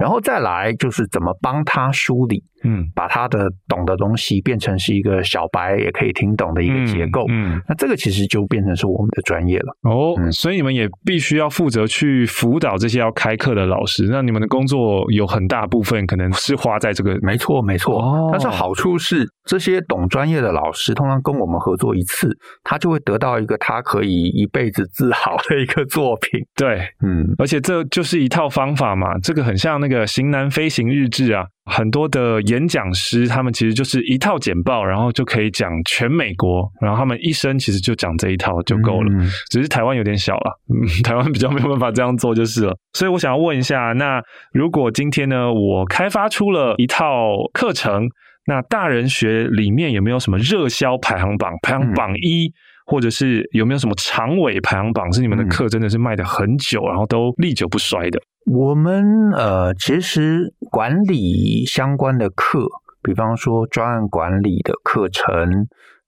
Speaker 2: 然后再来就是怎么帮他梳理，
Speaker 1: 嗯，
Speaker 2: 把他的懂的东西变成是一个小白也可以听懂的一个结构。
Speaker 1: 嗯。嗯
Speaker 2: 那这个其实就变成是我们的专业了。
Speaker 1: 哦，
Speaker 2: 嗯
Speaker 1: 所以你们也必须要负责去辅导这些要开课的老师。那你们的工作有很大部分可能是花在这个
Speaker 2: 没错，没错。
Speaker 1: 哦
Speaker 2: 但是好处是，这些懂专业的老师通常跟我们合作一次，他就会得到一个他可以一辈子自豪的一个作品。
Speaker 1: 对，
Speaker 2: 嗯，
Speaker 1: 而且这就是一套方法嘛。这个很像那个《型男飞行日志》啊，很多的演讲师他们其实就是一套简报，然后就可以讲全美国，然后他们一生其实就讲这一套就够了。
Speaker 2: 嗯
Speaker 1: 只是台湾有点小了，嗯， 台湾比较没有办法这样做就是了。所以我想要问一下，那如果今天呢，我开发出了一套课程，那大人学里面有没有什么热销排行榜、排行榜一？或者是有没有什么长尾排行榜是你们的课真的是卖的很久，然后都历久不衰的？
Speaker 2: 我们呃，其实管理相关的课，比方说专案管理的课程，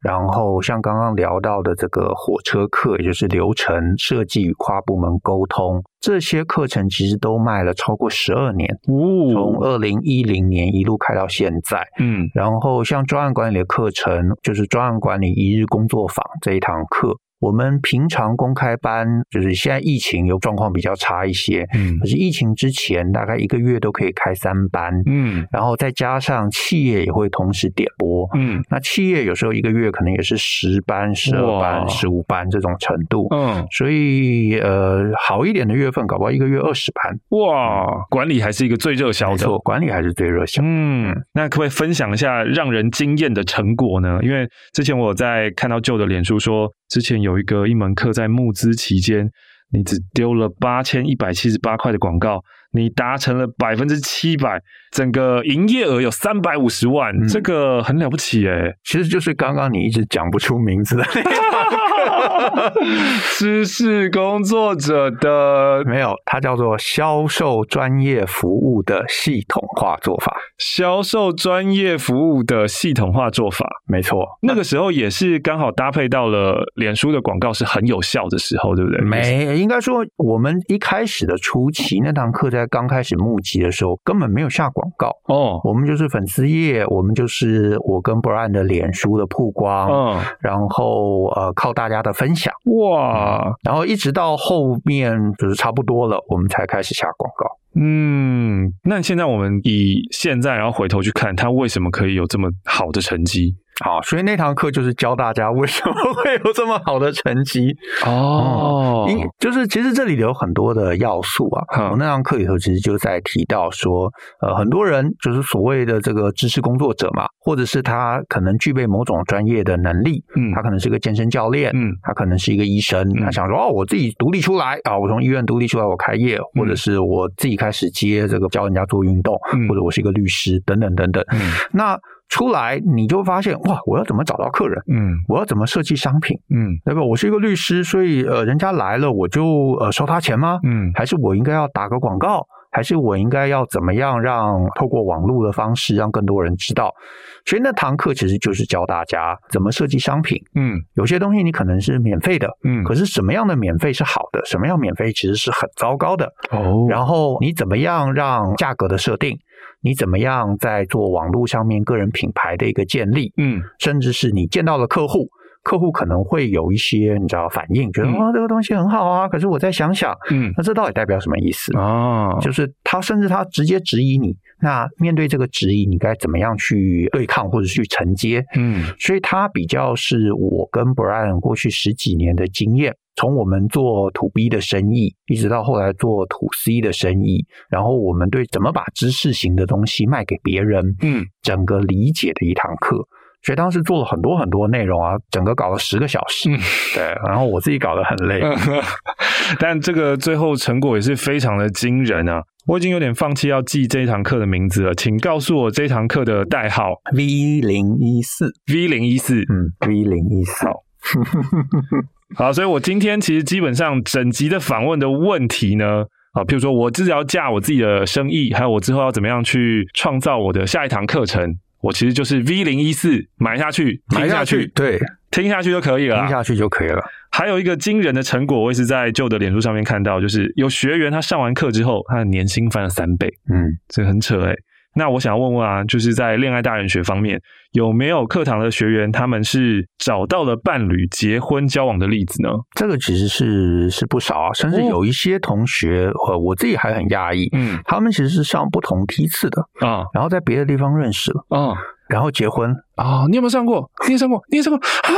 Speaker 2: 然后像刚刚聊到的这个火车课，也就是流程设计与跨部门沟通，这些课程其实都卖了超过十二年，从
Speaker 1: 哦，
Speaker 2: 二零一零年一路开到现在。
Speaker 1: 嗯
Speaker 2: 然后像专案管理的课程，就是专案管理一日工作坊这一堂课，我们平常公开班，就是现在疫情有状况比较差一些，
Speaker 1: 嗯
Speaker 2: 可是疫情之前大概一个月都可以开三班，
Speaker 1: 嗯
Speaker 2: 然后再加上企业也会同时点播。
Speaker 1: 嗯
Speaker 2: 那企业有时候一个月可能也是十班、十二
Speaker 1: 哇
Speaker 2: 班、十五班这种程度，
Speaker 1: 嗯，
Speaker 2: 所以呃，好一点的月份搞不好一个月二十班，
Speaker 1: 哇，管理还是一个最热销
Speaker 2: 没
Speaker 1: 的
Speaker 2: 错，管理还是最热销。
Speaker 1: 嗯，那可不可以分享一下让人惊艳的成果呢？因为之前我有在看到旧的脸书说，之前有一个一门课在募资期间，你只丢了八千一百七十八块的广告，你达成了百分之七百，整个营业额有三百五十万，
Speaker 2: 嗯
Speaker 1: 这个很了不起诶、
Speaker 2: 其实就是刚刚你一直讲不出名字的那个
Speaker 1: 知识工作者 的
Speaker 2: 没有，它叫做销售专业服务的系统化做法，
Speaker 1: 销售专业服务的系统化做法，
Speaker 2: 没错。
Speaker 1: 那个时候也是刚好搭配到了脸书的广告是很有效的时候，对不对？
Speaker 2: 没，应该说我们一开始的初期，那堂课在刚开始募集的时候，根本没有下广告，
Speaker 1: 哦，
Speaker 2: 我们就是粉丝页，我们就是我跟 Brian 的脸书的曝光，
Speaker 1: 嗯，
Speaker 2: 然后呃靠大家的分享，
Speaker 1: 哇，
Speaker 2: 然后一直到后面就是差不多了，我们才开始下广告。
Speaker 1: 嗯，那现在我们以现在然后回头去看，它为什么可以有这么好的成绩？
Speaker 2: 好，所以那堂课就是教大家为什么会有这么好的成绩。
Speaker 1: 哦
Speaker 2: 因就是其实这里有很多的要素
Speaker 1: 嗯
Speaker 2: 啊。我那堂课里头其实就在提到说，呃，很多人就是所谓的这个知识工作者嘛，或者是他可能具备某种专业的能力，
Speaker 1: 嗯
Speaker 2: 他可能是个健身教练。
Speaker 1: 嗯
Speaker 2: 他可能是一个医生，他想说哦，我自己独立出来啊，我从医院独立出来，我开业，或者是我自己开始接这个教人家做运动，
Speaker 1: 嗯
Speaker 2: 或者我是一个律师，等等等等。
Speaker 1: 嗯
Speaker 2: 那出来你就发现哇，我要怎么找到客人？
Speaker 1: 嗯
Speaker 2: 我要怎么设计商品？
Speaker 1: 嗯
Speaker 2: 对吧？我是一个律师，所以呃，人家来了我就呃收他钱吗？
Speaker 1: 嗯
Speaker 2: 还是我应该要打个广告？还是我应该要怎么样让透过网络的方式让更多人知道？所以那堂课其实就是教大家怎么设计商品。
Speaker 1: 嗯
Speaker 2: 有些东西你可能是免费的，
Speaker 1: 嗯，
Speaker 2: 可是什么样的免费是好的，什么样免费其实是很糟糕的。
Speaker 1: 哦，
Speaker 2: 然后你怎么样让价格的设定？你怎么样在做网络上面个人品牌的一个建立？
Speaker 1: 嗯
Speaker 2: 甚至是你见到了客户，客户可能会有一些你知道反应，觉得啊、
Speaker 1: 嗯
Speaker 2: 哦这个东西很好啊，可是我再想想，
Speaker 1: 嗯
Speaker 2: 那这到底代表什么意思？
Speaker 1: 啊，
Speaker 2: 就是他甚至他直接质疑你，那面对这个质疑，你该怎么样去对抗或者去承接？
Speaker 1: 嗯
Speaker 2: 所以它比较是我跟 Brian 过去十几年的经验，从我们做 to B 的生意，一直到后来做 to C 的生意，然后我们对怎么把知识型的东西卖给别人，
Speaker 1: 嗯，
Speaker 2: 整个理解的一堂课。所以当时做了很多很多内容啊，整个搞了十个小时，
Speaker 1: 嗯
Speaker 2: 对，然后我自己搞得很累，
Speaker 1: 但这个最后成果也是非常的惊人啊！我已经有点放弃要记这一堂课的名字了，请告诉我这一堂课的代号
Speaker 2: V 零一四，
Speaker 1: V 零一四。
Speaker 2: 嗯，V 零一四，
Speaker 1: 好，所以我今天其实基本上整集的访问的问题呢，啊，譬如说我自己要架我自己的生意，还有我之后要怎么样去创造我的下一堂课程，我其实就是 V 零一四买下去，听下去，
Speaker 2: 对，
Speaker 1: 听下去就可以了
Speaker 2: 听
Speaker 1: 啊。
Speaker 2: 下去就可以了。
Speaker 1: 还有一个惊人的成果，我也是在旧的脸书上面看到，就是有学员他上完课之后，他的年薪翻了三倍。
Speaker 2: 嗯，
Speaker 1: 这很扯哎、那我想问问啊，就是在恋爱大人学方面，有没有课堂的学员他们是找到了伴侣、结婚、交往的例子呢？
Speaker 2: 这个其实是是不少啊，甚至
Speaker 1: 哦
Speaker 2: 有一些同学，呃，我自己还很讶异，
Speaker 1: 嗯
Speaker 2: 他们其实是上不同梯次的，
Speaker 1: 啊
Speaker 2: 然后在别的地方认识了，
Speaker 1: 啊
Speaker 2: 然后结婚，
Speaker 1: 啊！你有没有上过？你也上过？你也上过？啊！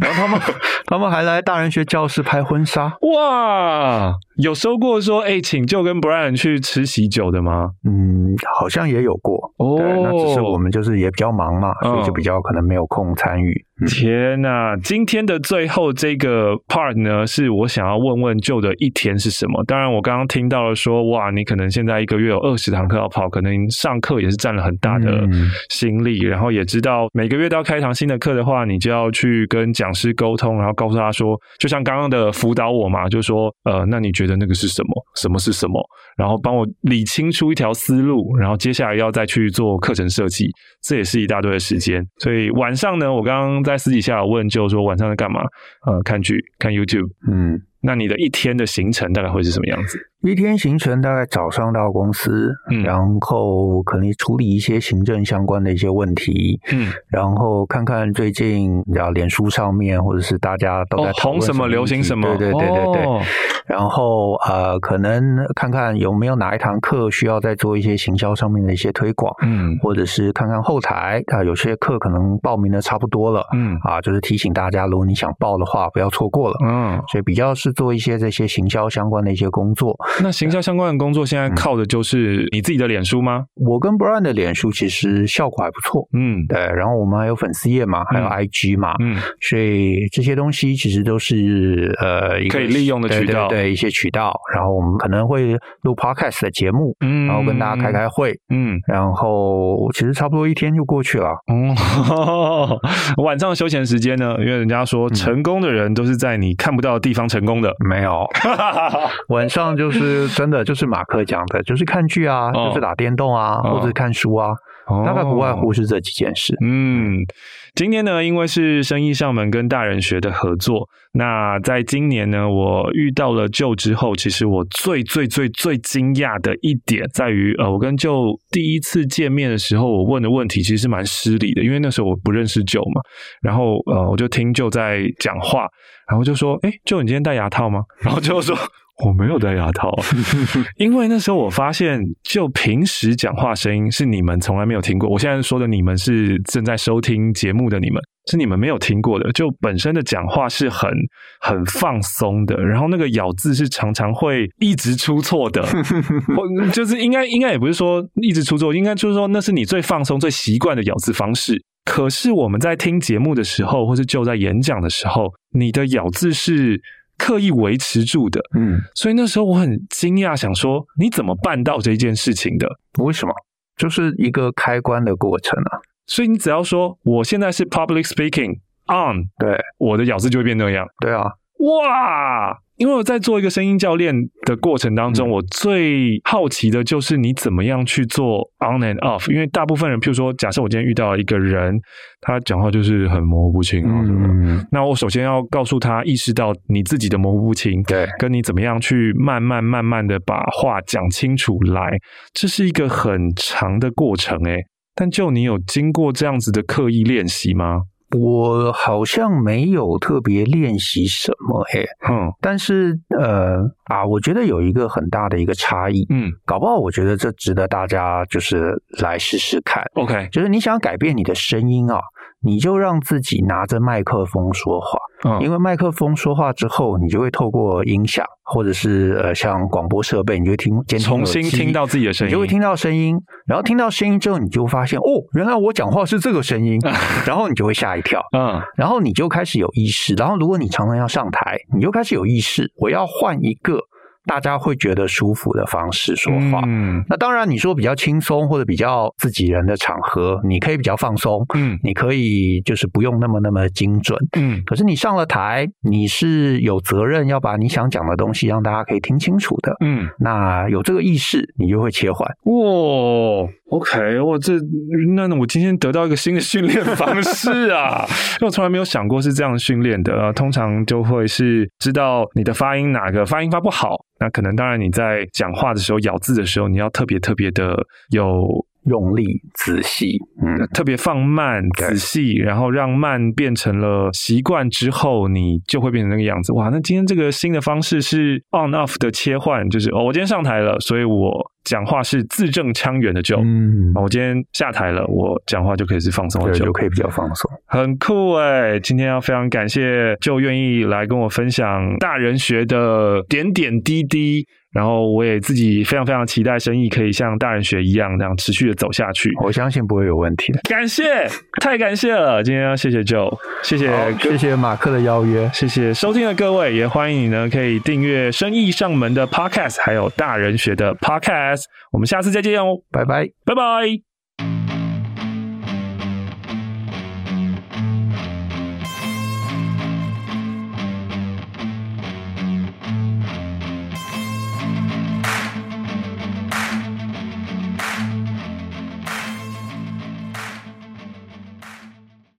Speaker 2: 然后他们他们还来大人学教室拍婚纱，
Speaker 1: 哇，有收过说哎、请就跟 Brian 去吃喜酒的吗？
Speaker 2: 嗯，好像也有过。
Speaker 1: 哦
Speaker 2: 对，那只是我们就是也比较忙嘛，所以就比较可能没有空参与。嗯
Speaker 1: 天呐、今天的最后这个 part 呢，是我想要问问旧的一天是什么。当然，我刚刚听到了说，哇，你可能现在一个月有二十堂课要跑，可能上课也是占了很大的
Speaker 2: 嗯
Speaker 1: 心力。然后也知道每个月都要开一堂新的课的话，你就要去跟讲师沟通，然后告诉他说，就像刚刚的辅导我嘛，就说，呃，那你觉得那个是什么？什么是什么？然后帮我理清出一条思路，然后接下来要再去做课程设计。这也是一大堆的时间。所以晚上呢，我刚刚在私底下有问，就说晚上在干嘛？呃，看剧、看 YouTube。
Speaker 2: 嗯，
Speaker 1: 那你的一天的行程大概会是什么样子？
Speaker 2: 一天行程大概早上到公司，
Speaker 1: 嗯
Speaker 2: 然后可能处理一些行政相关的一些问题，
Speaker 1: 嗯，
Speaker 2: 然后看看最近你知道脸书上面或者是大家都在
Speaker 1: 哦，
Speaker 2: 讨
Speaker 1: 红
Speaker 2: 论
Speaker 1: 什么，流行
Speaker 2: 议题
Speaker 1: 什么？
Speaker 2: 对对对对对。
Speaker 1: 哦
Speaker 2: 然后呃，可能看看有没有哪一堂课需要再做一些行销上面的一些推广，
Speaker 1: 嗯
Speaker 2: 或者是看看后台啊、有些课可能报名的差不多了
Speaker 1: 嗯
Speaker 2: 啊，就是提醒大家，如果你想报的话，不要错过了。
Speaker 1: 嗯，
Speaker 2: 所以比较是做一些这些行销相关的一些工作。
Speaker 1: 那行销相关的工作现在
Speaker 2: 嗯
Speaker 1: 靠的就是你自己的脸书吗？
Speaker 2: 我跟 Brian 的脸书其实效果还不错，
Speaker 1: 嗯
Speaker 2: 对。然后我们还有粉丝页嘛，还有
Speaker 1: 嗯
Speaker 2: IG 嘛，
Speaker 1: 嗯
Speaker 2: 所以这些东西其实都是呃一个
Speaker 1: 可以利用的渠道
Speaker 2: 对对对一些渠道。然后我们可能会录 podcast 的节目，
Speaker 1: 嗯，
Speaker 2: 然后跟大家开开会，
Speaker 1: 嗯
Speaker 2: 然后其实差不多一天就过去了。
Speaker 1: 哦， 晚上休闲时间呢？因为人家
Speaker 2: 嗯
Speaker 1: 说成功的人都是在你看不到的地方成功的。
Speaker 2: 没有，晚上就是真的就是马克讲的，就是看剧啊，
Speaker 1: 哦
Speaker 2: 就是打电动啊，
Speaker 1: 哦
Speaker 2: 或者是看书啊，大概不外乎是这几件事。
Speaker 1: 嗯，今天呢，因为是生意上门跟大人学的合作，那在今年呢，我遇到了舅之后，其实我最最最最惊讶的一点在于，呃，我跟舅第一次见面的时候，我问的问题其实是蛮失礼的，因为那时候我不认识舅嘛，然后呃，我就听舅在讲话，然后就说：“ 哎，舅，你今天戴牙套啊 吗？”然后舅说：“我没有戴牙套啊。”因为那时候我发现，就平时讲话声音是你们从来没有听过。我现在说的你们是正在收听节目的你们，是你们没有听过的。就本身的讲话是很很放松的，然后那个咬字是常常会一直出错的。我就是应该应该也不是说一直出错，应该就是说那是你最放松、最习惯的咬字方式。可是我们在听节目的时候，或是就在演讲的时候，你的咬字是刻意维持住的。
Speaker 2: 嗯，
Speaker 1: 所以那时候我很惊讶，想说你怎么办到这件事情的？
Speaker 2: 为什么？就是一个开关的过程啊。
Speaker 1: 所以你只要说我现在是 public speaking on，
Speaker 2: 对
Speaker 1: 我的咬字就会变那样。
Speaker 2: 对啊，
Speaker 1: 哇！因为我在做一个声音教练的过程当中，
Speaker 2: 嗯
Speaker 1: 我最好奇的就是你怎么样去做 on and off。因为大部分人，譬如说，假设我今天遇到一个人，他讲话就是很模糊不清啊，什么的
Speaker 2: 嗯，
Speaker 1: 那我首先要告诉他，意识到你自己的模糊不清，
Speaker 2: 对，
Speaker 1: 跟你怎么样去慢慢慢慢的把话讲清楚来，这是一个很长的过程诶。但就你有经过这样子的刻意练习吗？
Speaker 2: 我好像没有特别练习什么诶，
Speaker 1: 嗯
Speaker 2: 但是呃啊，我觉得有一个很大的一个差异，
Speaker 1: 嗯
Speaker 2: 搞不好我觉得这值得大家就是来试试看。
Speaker 1: ，OK，
Speaker 2: 就是你想改变你的声音啊，你就让自己拿着麦克风说话，
Speaker 1: 嗯
Speaker 2: 因为麦克风说话之后，你就会透过音响或者是呃像广播设备，你就听监听
Speaker 1: 重
Speaker 2: 耳
Speaker 1: 新
Speaker 2: 机
Speaker 1: 听到自己的声音，
Speaker 2: 你就会听到声音，然后听到声音之后，你就发现哦，原来我讲话是这个 声音，然后你就会吓一跳，
Speaker 1: 嗯
Speaker 2: 然后你就开始有意识，然后如果你常常要上台，你就开始有意识，我要换一个大家会觉得舒服的方式说话。
Speaker 1: 嗯
Speaker 2: 那当然，你说比较轻松或者比较自己人的场合，你可以比较放松，
Speaker 1: 嗯
Speaker 2: 你可以就是不用那么那么精准。
Speaker 1: 嗯
Speaker 2: 可是你上了台，你是有责任要把你想讲的东西让大家可以听清楚的。
Speaker 1: 嗯，
Speaker 2: 那有这个意识，你就会切换。
Speaker 1: 哇，OK，我这那我今天得到一个新的训练方式啊，因为我从来没有想过是这样训练的。呃，通常就会是知道你的发音哪个发音发不好，那可能当然你在讲话的时候咬字的时候，你要特别特别的有呃
Speaker 2: 用力、仔细，嗯，
Speaker 1: 特别放慢、
Speaker 2: 对
Speaker 1: 仔细，然后让慢变成了习惯之后，你就会变成那个样子。哇，那今天这个新的方式是 on off 的切换，就是哦，我今天上台了，所以我讲话是字正腔圆的就。
Speaker 2: 嗯
Speaker 1: 啊，我今天下台了，我讲话就可以是放松很
Speaker 2: 对，
Speaker 1: 久，
Speaker 2: 就可以比较放松。
Speaker 1: 很酷哎、今天要非常感谢就愿意来跟我分享大人学的点点滴滴，然后我也自己非常非常期待生意可以像大人学一样这样持续的走下去。
Speaker 2: 我相信不会有问题的。
Speaker 1: 感谢，太感谢了！今天要谢谢 Joe，谢谢
Speaker 2: 好，谢谢马克的邀约，
Speaker 1: 谢谢收听的各位，也欢迎你呢可以订阅《生意上门》的 Podcast，还有大人学的 Podcast。我们下次再见哦，
Speaker 2: 拜拜。
Speaker 1: 拜拜。